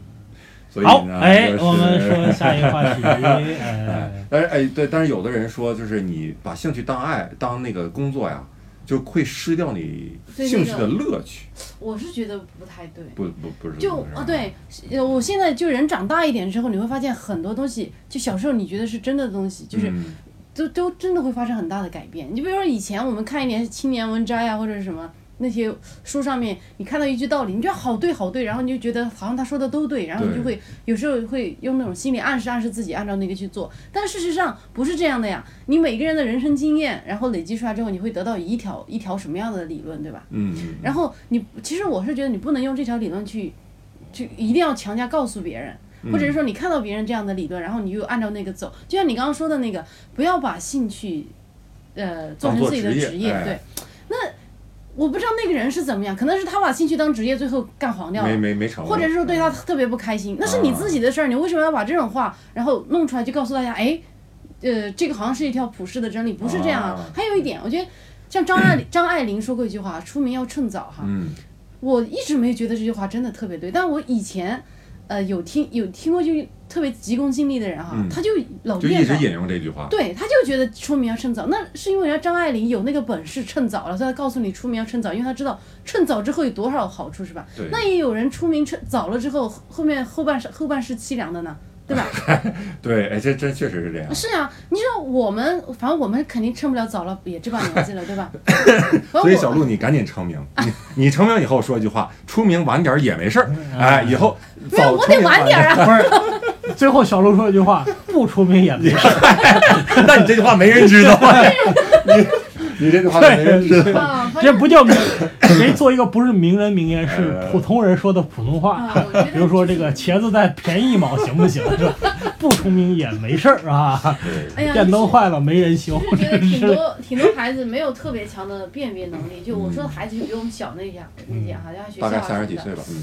A: 所以
B: 好，
A: 呢，
B: 哎，
A: 就是
B: 我们说下一个话 题，哎，
A: 但是哎，对，但是有的人说，就是你把兴趣当爱当那个工作呀，就会失掉你
F: 对
A: 兴
F: 那
A: 趣
F: 个
A: 的乐趣。
F: 我是觉得不太对。
A: 不不不是，
C: 就
A: 不是
C: 啊，对，呃我现在就人长大一点之后，你会发现很多东西，就小时候你觉得是真的东西，就是
A: 嗯
C: 都都真的会发生很大的改变。你比如说以前我们看一点青年文摘啊，或者是什么那些书上面，你看到一句道理，你觉得好对好对，然后你就觉得好像他说的都对，然后你就会有时候会用那种心理暗示暗示自己按照那个去做，但事实上不是这样的呀。你每个人的人生经验，然后累积出来之后，你会得到一条一条什么样的理论，对吧？
A: 嗯嗯，
C: 然后你其实我是觉得你不能用这条理论去，去一定要强加告诉别人，
A: 嗯
C: 或者是说你看到别人这样的理论，然后你就按照那个走。就像你刚刚说的那个，不要把兴趣，呃，做
A: 当
C: 成
A: 做
C: 自己的
A: 职业
C: 职业。
A: 哎
C: 对，那我不知道那个人是怎么样，可能是他把兴趣当职业，最后干黄掉
A: 没
C: 了。
A: 没没成功，
C: 嗯或者是说对他特别不开心，那是你自己的事儿，你为什么要把这种话然后弄出来就告诉大家？哎，呃，这个好像是一条普世的真理，不是这样啊
A: 啊。
C: 还有一点，我觉得像张爱张爱玲说过一句话：“出名要趁早。”哈，
A: 嗯
C: 我一直没觉得这句话真的特别对，但我以前，呃，有听有听过就特别急功近利的人哈，
A: 嗯
C: 他就老
A: 就
C: 念
A: 一直
C: 叨，
A: 引用这句话。
C: 对，他就觉得出名要趁早，那是因为人家张爱玲有那个本事趁早了，所以他告诉你出名要趁早，因为他知道趁早之后有多少好处是吧？
A: 对
C: 那也有人出名趁早了之后，后后面后半生后半世凄凉的呢，对吧？
A: 对，哎，这真确实是 这样。
C: 是啊，你说我们反正我们肯定趁不了早了，也这把年纪了，对 吧？反正
A: 所以
C: 我
A: 小鹿，你赶紧成名， 你你成名以后说一句话，出名晚点儿也没事儿。哎，以后
C: 没有，
A: 早
C: 我
A: 出
C: 得
A: 名
C: 晚点儿啊。
B: 不是，最后小鹿说一句话：“不出 名也没事。
A: 那你这句话没人知道 啊，你你这句话没人知道。
C: 啊，”反
B: 这
C: 正
B: 不叫名，谁做一个不是名人名言，是
A: 呃
B: 普通人说的普通话。
F: 啊，我觉得
B: 比如说这个茄子再便宜一毛行不行？是吧不出名也没事儿啊，
A: 对
C: 哎呀，
B: 电
C: 就是
B: 灯坏了没人修，
F: 就是觉得
B: 这
F: 挺
B: 是
F: 多挺多孩子没有特别强的辨别能力，就我说的孩子就比我们小那一点
C: 嗯
F: 那些哈，就像学校
A: 大
F: 啊
A: 概三十几
F: 什么的
A: 岁吧，嗯，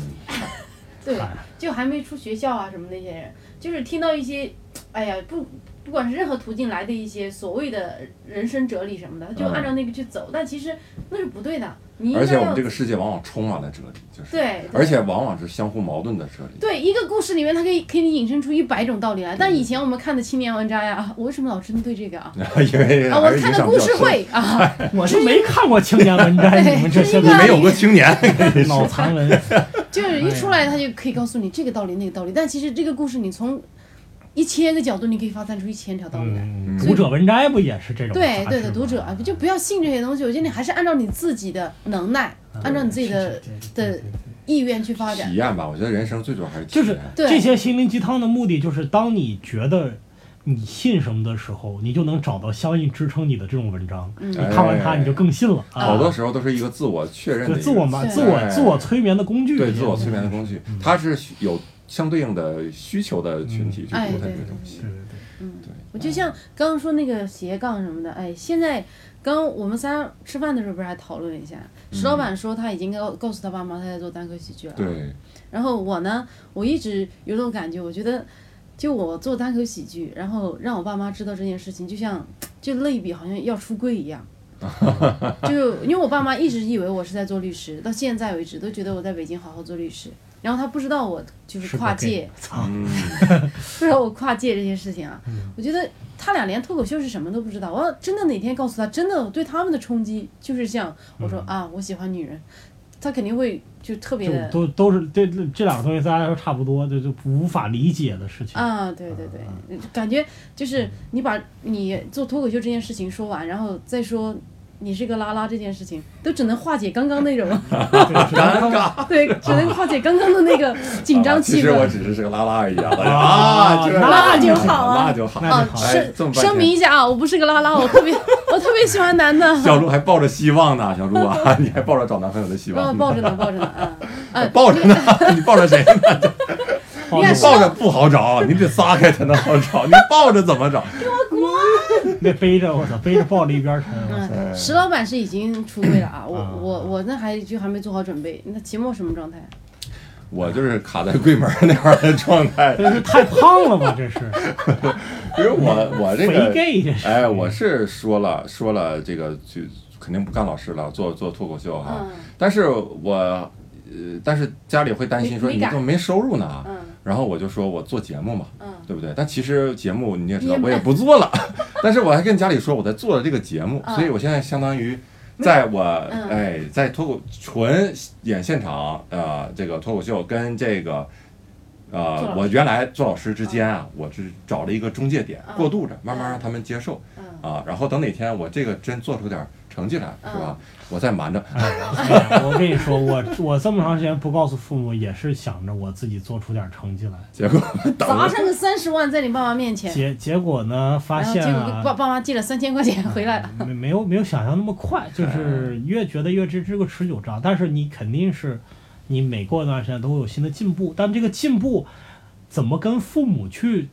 F: 对
B: 哎，
F: 就还没出学校啊什么那些人，就是听到一些，哎呀，不不管是任何途径来的一些所谓的人生哲理什么的，他就
A: 嗯
F: 按照那个去走，但其实那是不对的。你应该
A: 而且我
F: 要
A: 们这个世界往往充满了哲理，就是
F: 对，
A: 而且往往是相互矛盾的哲理。
C: 对，一个故事里面，它可以给你引申出一百种道理来。但以前我们看的青年文摘呀、啊，我为什么老针对这个啊？
A: 因为
C: 啊，
A: 还
C: 我
A: 是影
C: 看的
A: 响
C: 故
A: 比较
C: 事
A: 深，
C: 会 啊，
B: 我是没看过青年文摘，
C: 对
B: 你们这些
C: 是一个
A: 你没有过青年，
B: 脑残文，
C: 就是一出来它就可以告诉你这个道理那个道理。但其实这个故事你从一千个角度，你可以发散出一千条道理来。
B: 嗯，读者文摘不也是这种杂志
C: 对
B: 吗？
C: 对的，读者啊，就不要信这些东西。我觉得你还是按照你自己的能耐，按照你自己的
B: 啊是是
C: 的意愿去发展
A: 体。验吧。我觉得人生最主要还是体
B: 就是
A: 验
C: 对
B: 这些心灵鸡汤的目的就是，当你觉得你信什么的时候，你就能找到相应支撑你的这种文章。
C: 嗯
B: 你看完它，你就更信了。啊
A: 哎好多时候都是一个自我确认的
B: 对
A: 一个
B: 自我嘛，
C: 对
B: 自我
A: 哎
B: 自我催眠的工具。
A: 对自我催眠的工具
B: 嗯，
A: 它是有相对应的需求的群体去
C: 哎
A: 读它
C: 对
A: 这个
C: 对
A: 东西
B: 对。对对，
C: 嗯
A: 对，
C: 我就像刚刚说那个斜杠什么的，哎，现在刚我们仨吃饭的时候不是还讨论了一下，石
B: 嗯
C: 老板说他已经告告诉他爸妈他在做单口喜剧了，
A: 对，
C: 然后我呢，我一直有种感觉，我觉得，就我做单口喜剧，然后让我爸妈知道这件事情，就像就类比好像要出柜一样。就因为我爸妈一直以为我是在做律师，到现在为止都觉得我在北京好好做律师，然后他不知道我就是
B: 是
C: 跨
B: 个 gay
C: 界，
B: 操，
A: 嗯，
C: 不知道我跨界这件事情啊
B: 嗯，
C: 我觉得他俩连脱口秀是什么都不知道。我要真的哪天告诉他，真的对他们的冲击就是像我说
B: 嗯
C: 啊，我喜欢女人，他肯定会就特别
B: 就
C: 的
B: 都都是这这两个东西，大家说差不多，就就无法理解的事情。
C: 啊，对对
A: 嗯
C: 对，感觉就是你把你做脱口秀这件事情说完，然后再说你是个拉拉这件事情，都只能化解刚刚那种，
B: 尴
A: 尬
C: 对，只能化解刚刚的那个 紧张
A: 啊其
C: 气
A: 实我
C: 氛。
A: 只是是个拉拉而已啊，
B: 啊
A: 就是
B: 那
C: 就好啊
A: 那就好。
B: 那
C: 啊
B: 就，好
A: 哎这么半
C: 声
A: 天
C: 声明一下啊，我不是个拉拉，我特别 我特别喜欢男的，
A: 小猪还抱着希望呢，小猪啊， 你还抱着找男朋友的希
C: 抱
A: 望呢，
C: 抱着呢，抱着 呢啊！
A: 抱 着呢，你抱着谁呢？
B: 好
C: 你看
A: 哦你抱着不 好找，你得撒开才能好找，你抱着怎么找？
B: 那背着我操，背着抱着一边沉。我操
C: 嗯，石老板是已经出柜了啊，我
B: 啊
C: 我我那还就还没做好准备。那秦墨什么状态？
A: 我就是卡在柜门那块儿的状态，
B: 这是太胖了吧？这是
A: 因为我我这
B: 肥
A: 个
B: gay，这是。
A: 哎，我是说了说了，这个就肯定不干老师了，做做脱口秀哈。
G: 嗯
A: 但是我呃，但是家里会担心说
G: 没
A: 你
G: 没敢
A: 怎么没收入呢？
G: 嗯
A: 然后我就说我做节目嘛，
G: 嗯
A: 对不对？但其实节目你也知道
C: 你也，没
A: 我也不做了。 但是我还跟家里说我在做这个节目，所以我现在相当于在我
G: 嗯
A: 哎在脱口纯演现场呃这个脱口秀跟这个。
G: 做
A: 呃
G: 老，师
A: 我原来做老师之间啊，我是找了一个中介点
G: 嗯
A: 过渡着，慢慢让他们接受
G: 嗯嗯
A: 啊。然后等哪天我这个真做出点成绩来，是吧？我再瞒着。
B: 哎呀我跟你说，我我这么长时间不告诉父母，也是想着我自己做出点成绩来。
A: 结果等
C: 砸上个三十万在你爸妈面前，
B: 结结果呢，发
C: 然后结
B: 现
C: 果
B: 啊
C: 给，爸爸妈借了三千块钱回来了。
B: 没没有没有想象那么快，就是越觉得越这是个持久战，但是你肯定是你每过一段时间都会有新的进步，但这个进步怎么跟父母去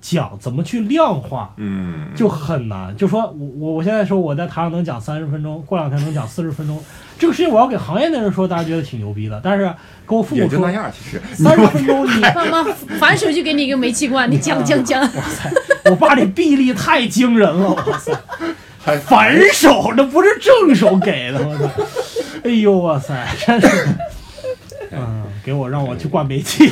B: 讲，怎么去量化？
A: 嗯，
B: 就很难，就说我我我现在说我在台上能讲三十分钟，过两天能讲四十分钟， 这个事情我要给行业的人说，大家觉得挺牛逼的，但是跟我父
A: 也
B: 母
A: 就
B: 说
A: 那样，其实。
B: 三十分钟你
C: 爸妈反手就给你一个煤气罐，你讲讲讲。
B: 我爸这臂力太惊人了，哇塞！
A: 还
B: 反手，那不是正手给的，我操！哎呦，哇塞， 真是，
A: 哎
B: 嗯，给我让我去灌 煤气，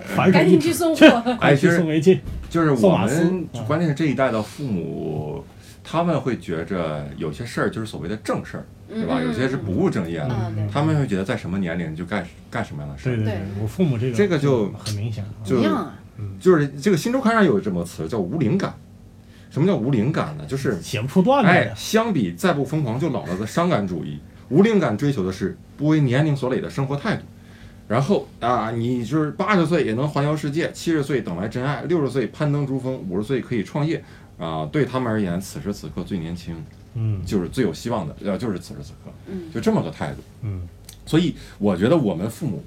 B: 反手
C: 赶
B: 一
C: 紧去
B: 指，
C: 送货。
A: 哎
B: 快去送煤气，
A: 就是
B: 送
A: 我
B: 瓦斯
A: 们
B: 啊
A: 关键是这一代的父母，他们会觉着有些事儿就是所谓的正事儿，对吧？
G: 嗯嗯
A: 有些是不务正业的，
G: 嗯对
A: 他们会觉得在什么年龄就干干什么样的事
B: 对
A: 儿。
B: 对对
G: 对，
B: 我父母这个
A: 这个就
B: 很明显啊，
A: 就
C: 一样啊，
A: 就是这个《新周刊》上有这么个词叫无灵感。什么叫无灵感呢？就是
B: 写不出段子
A: 哎，
B: 来，
A: 相比再不疯狂就老了的伤感主义，无灵感追求的是不为年龄所累的生活态度。然后啊，你就是八十岁也能环游世界，七十岁等来真爱，六十岁攀登珠峰，五十岁可以创业。啊，对他们而言，此时此刻最年轻，
B: 嗯
A: 就是最有希望的，呃，就是此时此刻，
C: 嗯
A: 就这么个态度。
B: 嗯，
A: 所以我觉得我们父母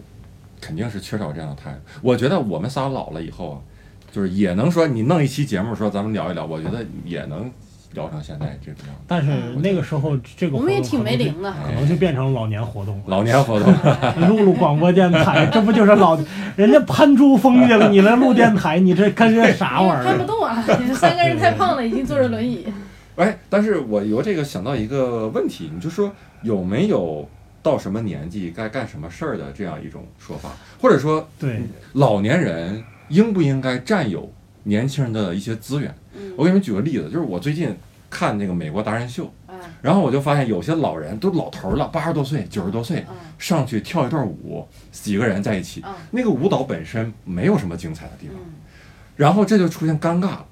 A: 肯定是缺少这样的态度。我觉得我们仨老了以后啊，就是也能说你弄一期节目说咱们聊一聊，我觉得也能聊成现在这个样子。
B: 但是那个时候这个
C: 我
B: 活
C: 们也
B: 动
C: 挺
B: 可
C: 没
B: 能就
C: 灵的。
B: 可能就变成老年活 动了。
A: 老年活动，
B: 录录广播电台， 这不就是老人家攀珠峰去了，你来录电台，你这跟这啥玩意
G: 因为
B: 儿
G: 搬不？动 啊，三个人太胖了，已经坐着轮椅。
A: 哎，但是我由这个想到一个问题，你就说有没有到什么年纪该干什么事儿的这样一种说法，或者说
B: 对，
A: 老年人应不应该占有年轻人的一些资源？
H: 嗯
A: 我给你们举个例子，就是我最近看那个美国达人秀，
H: 啊
G: 嗯
A: 然后我就发现有些老人都老头儿了，八十多岁、九十多岁，
H: 啊
G: 嗯
A: 上去跳一段舞，几个人在一起，
G: 嗯
A: 那个舞蹈本身没有什么精彩的
H: 嗯
A: 地方，然后这就出现尴尬了。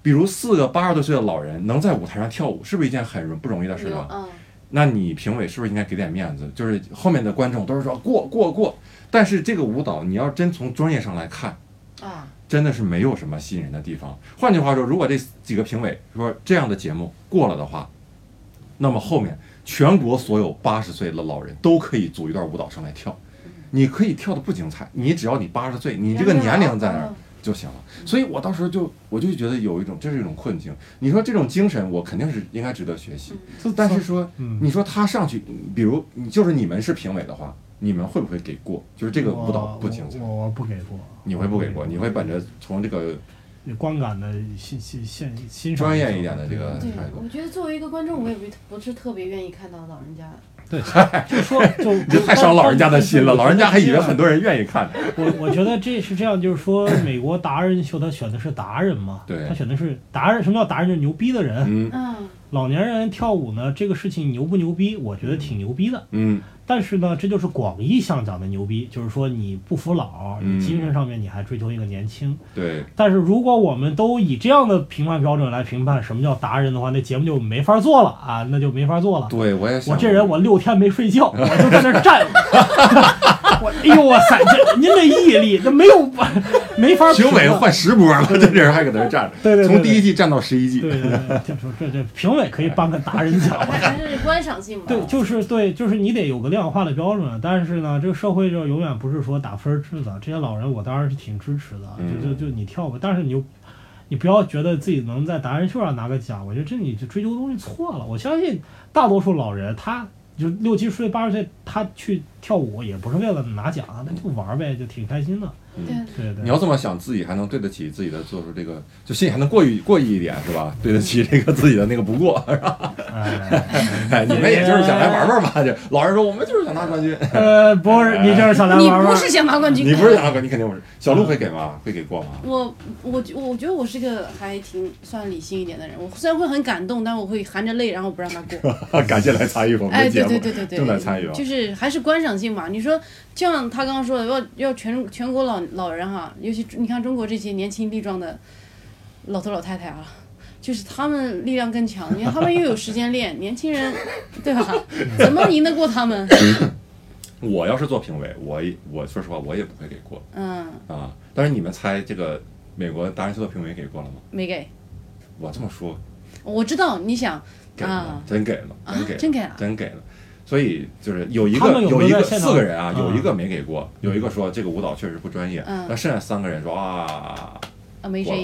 A: 比如四个八十多岁的老人能在舞台上跳舞，是不是一件很不容易的事吧？
G: 嗯
A: 那你评委是不是应该给点面子？就是后面的观众都是说过过过，但是这个舞蹈你要真从专业上来看，
H: 啊，
A: 真的是没有什么吸引人的地方。换句话说，如果这几个评委说这样的节目过了的话，那么后面全国所有八十岁的老人都可以组一段舞蹈上来跳。你可以跳的不精彩，你只要你八十岁，你这个年龄在那
H: 哦
A: 儿就行了。所以我当时就我就觉得有一种这是一种困境。你说这种精神，我肯定是应该值得学习。但是说，
B: 嗯
A: 你说他上去，比如你就是你们是评委的话，你们会不会给过？就是这个舞蹈不精彩
B: 我，我我不给过，
A: 你会不给过？你会本着从这个
B: 观感的欣欣欣欣赏
A: 专业一点的这个
H: 对
A: 态，度，
H: 我觉得作为一个观众，我也不不是特别愿意看到老人家。
B: 就说就
A: 你这太伤老人家的 心了。老人家还以为很
B: 多。
A: 多人愿意看，
B: 我我觉得这是这样，就是说美国达人秀他选的是达人嘛，
A: 对
B: 他选的是达人。什么叫达人？就是牛逼的人。
A: 嗯
H: 嗯，
B: 老年人跳舞呢，这个事情牛不牛逼？我觉得挺牛逼的。
A: 嗯
B: 但是呢，这就是广义上讲的牛逼，就是说你不服老，
A: 嗯
B: 你精神上面你还追求一个年轻。
A: 对，
B: 但是如果我们都以这样的评判标准来评判什么叫达人的话，那节目就没法做了啊，那就没法做了。
A: 对我也想
B: 我这人我六天没睡觉，我就在那儿站着。 我哎呦哇塞，这您这毅力那没有没法
A: 评委
B: 评了
A: 换十波了，这人还搁那儿站着，
B: 对对对对
A: 从第一季站到十一季
B: 对，对对，这这这评委可以颁个达人奖。
H: 嗯还还是观赏性吧。
A: 啊
B: 对，就是对，就是你得有个量化的标准，啊但是呢，这个社会就永远不是说打分制的。这些老人我当然是挺支持的，啊
A: 嗯
B: 就就就你跳吧，但是你就你不要觉得自己能在达人秀上拿个奖，我觉得这你就追求的东西错了。我相信大多数老人他。就六七十岁、八十岁，他去跳舞也不是为了拿奖，他就玩儿呗，就挺开心的。
H: 对，
B: 对对
A: 你，要这么想，自己还能对得起自己的，做出这个，就心里还能过意过意一点，是吧？对得起这个自己的那个不过，
B: 哎，
A: 哎，你们也就是想来玩玩吧。这老人说，我们就是想拿冠军，
B: 呃，不是，你就是想来玩
C: 你嗯
B: 玩
C: 不
B: 儿。
C: 是想拿冠军，
A: 你不是想拿冠军，你肯定不是。小鹿会给吗？会给过吗？
C: 我我我觉得我是个还挺算理性一点的人，我虽然会很感动，但我会含着泪，然后不让他过。
A: 感谢来参与 我们
C: 哎，
A: 的
C: 对
A: 节
C: 对
A: 目，
C: 对对对，
A: 正在参与啊
C: 就是还是观赏性嘛。你说，就像他刚刚说的，要要全全国老老人哈，尤其你看中国这些年轻力壮的老头老太太啊，就是他们力量更强，你看他们又有时间练，年轻人对吧？怎么赢得过他们？
A: 我要是做评委，我也我说实话，我也不会给过
C: 嗯，
A: 啊。但是你们猜这个美国达人秀的评委给过了吗？
C: 没给。
A: 我这么说，
C: 我知道你想
A: 给了
C: 啊，
A: 真给了，
C: 啊
A: 真给，
C: 真给了
A: 真给了。所以就是有一
B: 他
A: 个
B: 们有没有
A: 一个
B: 在现场嗯
A: 四个人啊，
B: 啊
A: 有一个没给过，有一个说这个舞蹈确实不专业，
C: 嗯
A: 那剩下三个人说啊
C: amazing
A: 过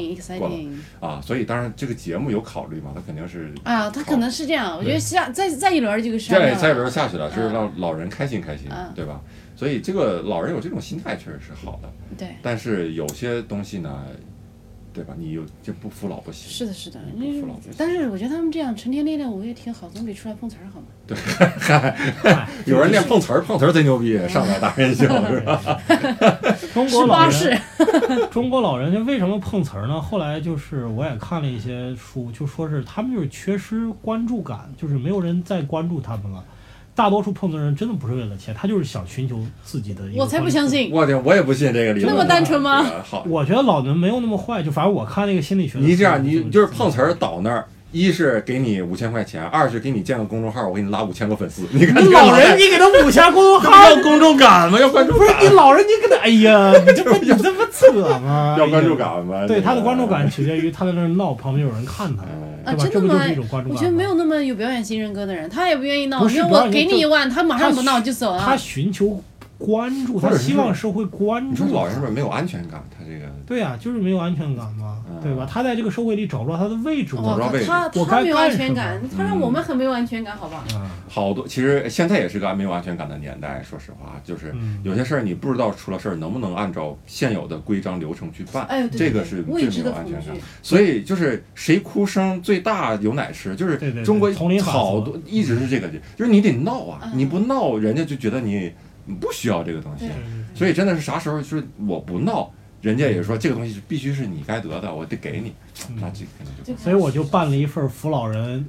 A: 了
C: exciting。
A: 啊，所以当然这个节目有考虑嘛，他肯定是
C: 啊，他可能是这样，我觉得
A: 对
C: 下再再一轮儿就是商
A: 下一
C: 量
A: 下一
C: 了
A: 轮下去了，就是
C: 嗯
A: 让老人开心开心
C: 嗯，
A: 对吧？所以这个老人有这种心态确实是好的，
C: 对，
A: 但是有些东西呢，对吧？你有就不服老不行，
C: 是的，是的，
A: 不
C: 因
A: 服
C: 为
A: 老不行
C: 但是我觉得他们这样成天练练舞也挺好，总比出来碰瓷儿好嘛。
A: 有人练
B: 哎
A: 碰瓷儿，碰瓷儿贼牛逼，上来达 人秀是吧？
B: 中国
C: 十
B: 老
C: 八
B: 人
C: 式，
B: 中国老人就为什么碰瓷儿呢？后来就是我也看了一些书，就说是他们就是缺失关注感，就是没有人再关注他们了。大多数碰瓷儿人真的不是为了钱，他就是想寻求自己的一个。
C: 我才不相。信。
A: 我天，我也不信这个理论。
C: 那么单纯吗
A: 这个好，
B: 我觉得老人没有那么坏，就反正我看那个心理学的书。
A: 你这样，你就是碰瓷儿倒那儿，一是给你五千块钱，二是给你建个公众号，我给你拉五千个粉丝。你看
B: 你
A: 这
B: 老人，你给他五千公众号，
A: 要公众感吗？要关注
B: 不是你老人，你给他，哎呀，你这不你这不扯 吗？
A: 要关注感吗？
B: 哎对
A: 这个
B: 他的关注感取决于他在那儿闹，旁边有人看他，
A: 嗯
B: 对吧？
C: 啊真的
B: 这不就是
C: 吗
B: 一种关注感
C: 我
B: 吗？
C: 觉得没有那么有表演型人格的人，他也不愿意闹。
B: 不
C: 你
B: 是
C: 说
B: 不要
C: 我给
B: 就
C: 你一万，他马上
B: 他
C: 不闹就走
B: 他
C: 了。
B: 寻求关注，
A: 或
B: 他
A: 者是
B: 希望社会关
A: 你说
B: 注。
A: 老人是不是没有安全感？他这个
B: 对呀、就是没有安全感嘛，
A: 嗯
B: 对吧？他在这个社会里找不到他的位置
C: 我
A: 不
B: 嘛。
A: 知道
C: 靠
A: 为，什么
C: 他
B: 我
C: 他
B: 该
C: 没有
B: 干
C: 安
B: 什
C: 全
B: 么
C: 感，他让我们很没有安全感，好吧？
B: 啊，
A: 好多，其实现在也是个没有安全感的年代。说实话，就是
B: 嗯
A: 有些事儿你不知道出了事儿能不能按照现有的规章流程去办。
C: 哎呦，对
A: 这
C: 对
A: 个
C: 对，
A: 是
C: 未
A: 最
C: 知
A: 没
C: 的
A: 有安
C: 恐
A: 全
C: 惧
A: 感。所以就是谁哭声最大有奶吃，就是
B: 对对对
A: 中国
B: 丛林法则
A: 好多一直是这个，就是你得闹啊，
C: 嗯
A: 你不闹人家就觉得你不需要这个东西
C: 对。
B: 嗯
A: 所以真的是啥时候就是我不闹，人家也说这个东西必须是你该得的，我得给你，
B: 嗯
A: 那这肯定就。
C: 就
B: 所以我就办了一份扶老人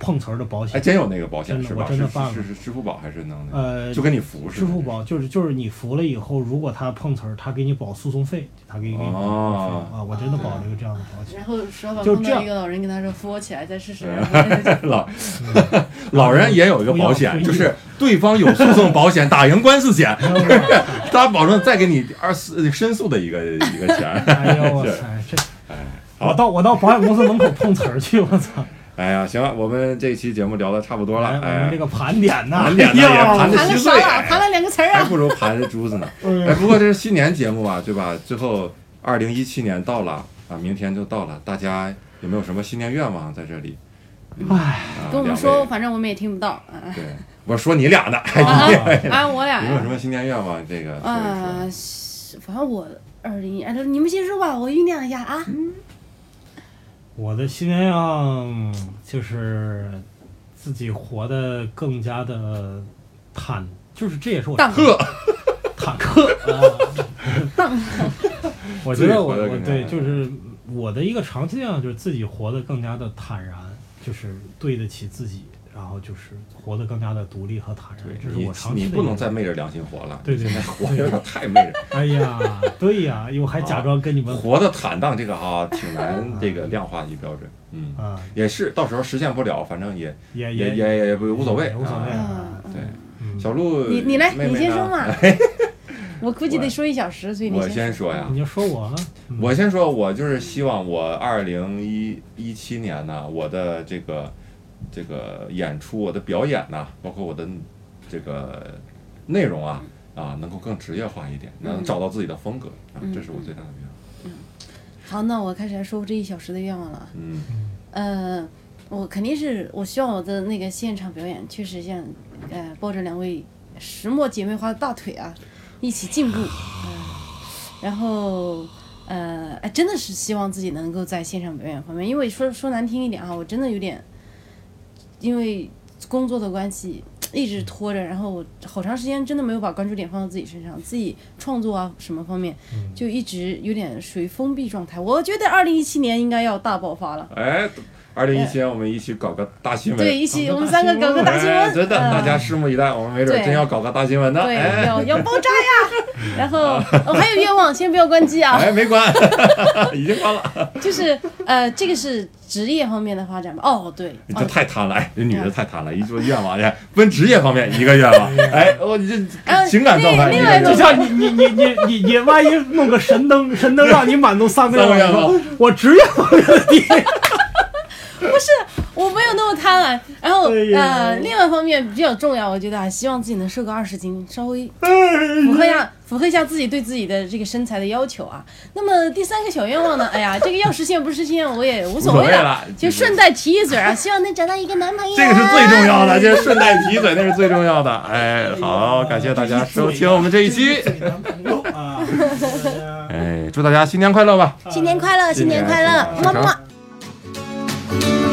B: 碰瓷儿的保
A: 哎，
B: 险。
A: 真有那个保险
B: 真的
A: 是吧？
B: 我
A: 是
B: 真的办了
A: 是是是支付宝还是能那
B: 呃
A: 个，就跟你服似的。
B: 支付宝就是就是你扶了以后，如果他碰瓷儿，他给你保诉讼费，他给你给你保
A: 哦
B: 诉讼费啊，我真的保了一个这样的保 险。
C: 然后石老板
B: 就
C: 碰
B: 这
C: 到
B: 样
C: 一个老人，跟他说扶我起来再试试。然后他 就
A: 老老人也有一个保
B: 不
A: 险，
B: 要
A: 就是对方有诉讼保险、打赢官司险，他保证再给你二四申诉的一个一个钱。
B: 哎呦我操，这我到我到保险公司门口碰瓷儿去，我操！
A: 哎呀，行了，我们这期节目聊的差不多了，
B: 哎，我们
A: 哎
B: 这，个盘点呐，
A: 盘点呐
B: 哎呦
A: 也盘得
C: 盘了
A: 稀
C: 啥
A: 碎，
C: 了？盘
A: 哎
C: 了两个词儿
A: 还
C: 啊！
A: 不如盘着珠子 呢。
B: 嗯
A: 哎，不过这是新年节目啊，对吧？最后二零一七年到了啊，明天就到了，大家有没有什么新年愿望在这里？
B: 哎，
A: 啊、
C: 跟我们
A: 两位
C: 说，，反正我们也听不到啊
A: 对，我说你 俩呢，
B: 啊
A: 哎
C: 啊！我俩
A: 有没有什么新年愿望？这个说一说。
C: 啊，是反正我二零，哎，你们先说吧，我酝酿一下啊。
B: 我的新年愿望就是自己活得更加的坦，就是这也是我
C: 荡
B: 坦克啊。 我觉得
A: 自己活
B: 我
A: 得
B: 我
A: 更加
B: 对就是我的一个长期愿望就是自己活得更加的坦然，就是对得起自己，然后就是活得更加的独立和坦然，这
A: 对
B: 是
A: 你
B: 我长期
A: 你
B: 的
A: 不
B: 一
A: 能
B: 个
A: 再昧着良心活了，
B: 对对
A: 现在活有 点太昧着，
B: 哎呀，对呀，我还假装跟你们
A: 活的坦荡这个啊，挺 难这个量化一标准，嗯，
B: 啊，
A: 也是，到时候实现不了，反正也
B: 也
A: 也
B: 也
A: 也也不无所谓，
B: 无所谓
A: 啊
B: 啊。
A: 对，
B: 嗯
A: 小鹿，
C: 你你来，
A: 妹妹
C: 你先
A: 呢
C: 说嘛。我估计得说一小时，所以你
A: 我先说呀，
B: 你就说啊我了，嗯
A: 我先说，我就是希望我二零一一七年呢，我的这个这个演出，我的表演呐，包括我的这个内容啊啊，能够更职业化一点，
C: 嗯
A: 能找到自己的风格啊，这是我最大的愿望。
C: 好，那我开始来说这一小时的愿望了啊。
A: 嗯，
C: 呃，我肯定是我希望我的那个现场表演确实像，呃，抱着两位石墨姐妹花的大腿啊，一起进步。呃然后，呃，哎，真的是希望自己能够在现场表演方面，因为说说难听一点啊，我真的有点，因为工作的关系一直拖着，然后我好长时间真的没有把关注点放到自己身上，自己创作啊什么方面，就一直有点属于封闭状态。我觉得二零一七年应该要大爆发了。
A: 哎，二零一七年我们一起搞个大新闻，
C: 对，一起我们三个搞个大新
A: 哎
C: 闻，
A: 真的，
C: 呃
A: 大家拭目以待，我们没准
C: 对
A: 真要搞个大新闻呢。
C: 对
A: 哎
C: 要要爆 炸呀！然后我还有愿望，先不要关机啊，
A: 哎，没关， 已经关了，
C: 就是呃，这个是职业方面的发展吧。哦，对，
A: 你这
C: 哦，
A: 太贪了，哎，这女的太贪了，一说愿望，哎，分职业方面一个愿望，哎，我你
C: 嗯呃
A: 这情感状态
C: 另
A: 一个愿望
C: 另外一
B: 就
C: 种。
B: 像你你你你你你万一弄个神灯，神灯让你满足三个愿
A: 三个
B: 望
A: 愿
B: 以后，我职业方面的第一，
C: 不是，我没有那么贪婪。然后
B: 哎呀
C: 呃，另外一方面比较重要，我觉得啊，希望自己能瘦个二十斤，稍微符合一下符合一下自己对自己的这个身材的要求啊。那么第三个小愿望呢？哎呀，这个要实现不实现我也无所
A: 无所
C: 谓
A: 谓了
C: 就顺带提一嘴啊，希望能找到一个男朋友啊。
A: 这个是最重要的，这顺带提嘴那是最重要的。哎，好，感谢大家收听我们这一期，
B: 男 朋友啊，
A: 哎，祝大家新年快乐吧！
C: 新年快乐，新年快乐，么么。
A: 么。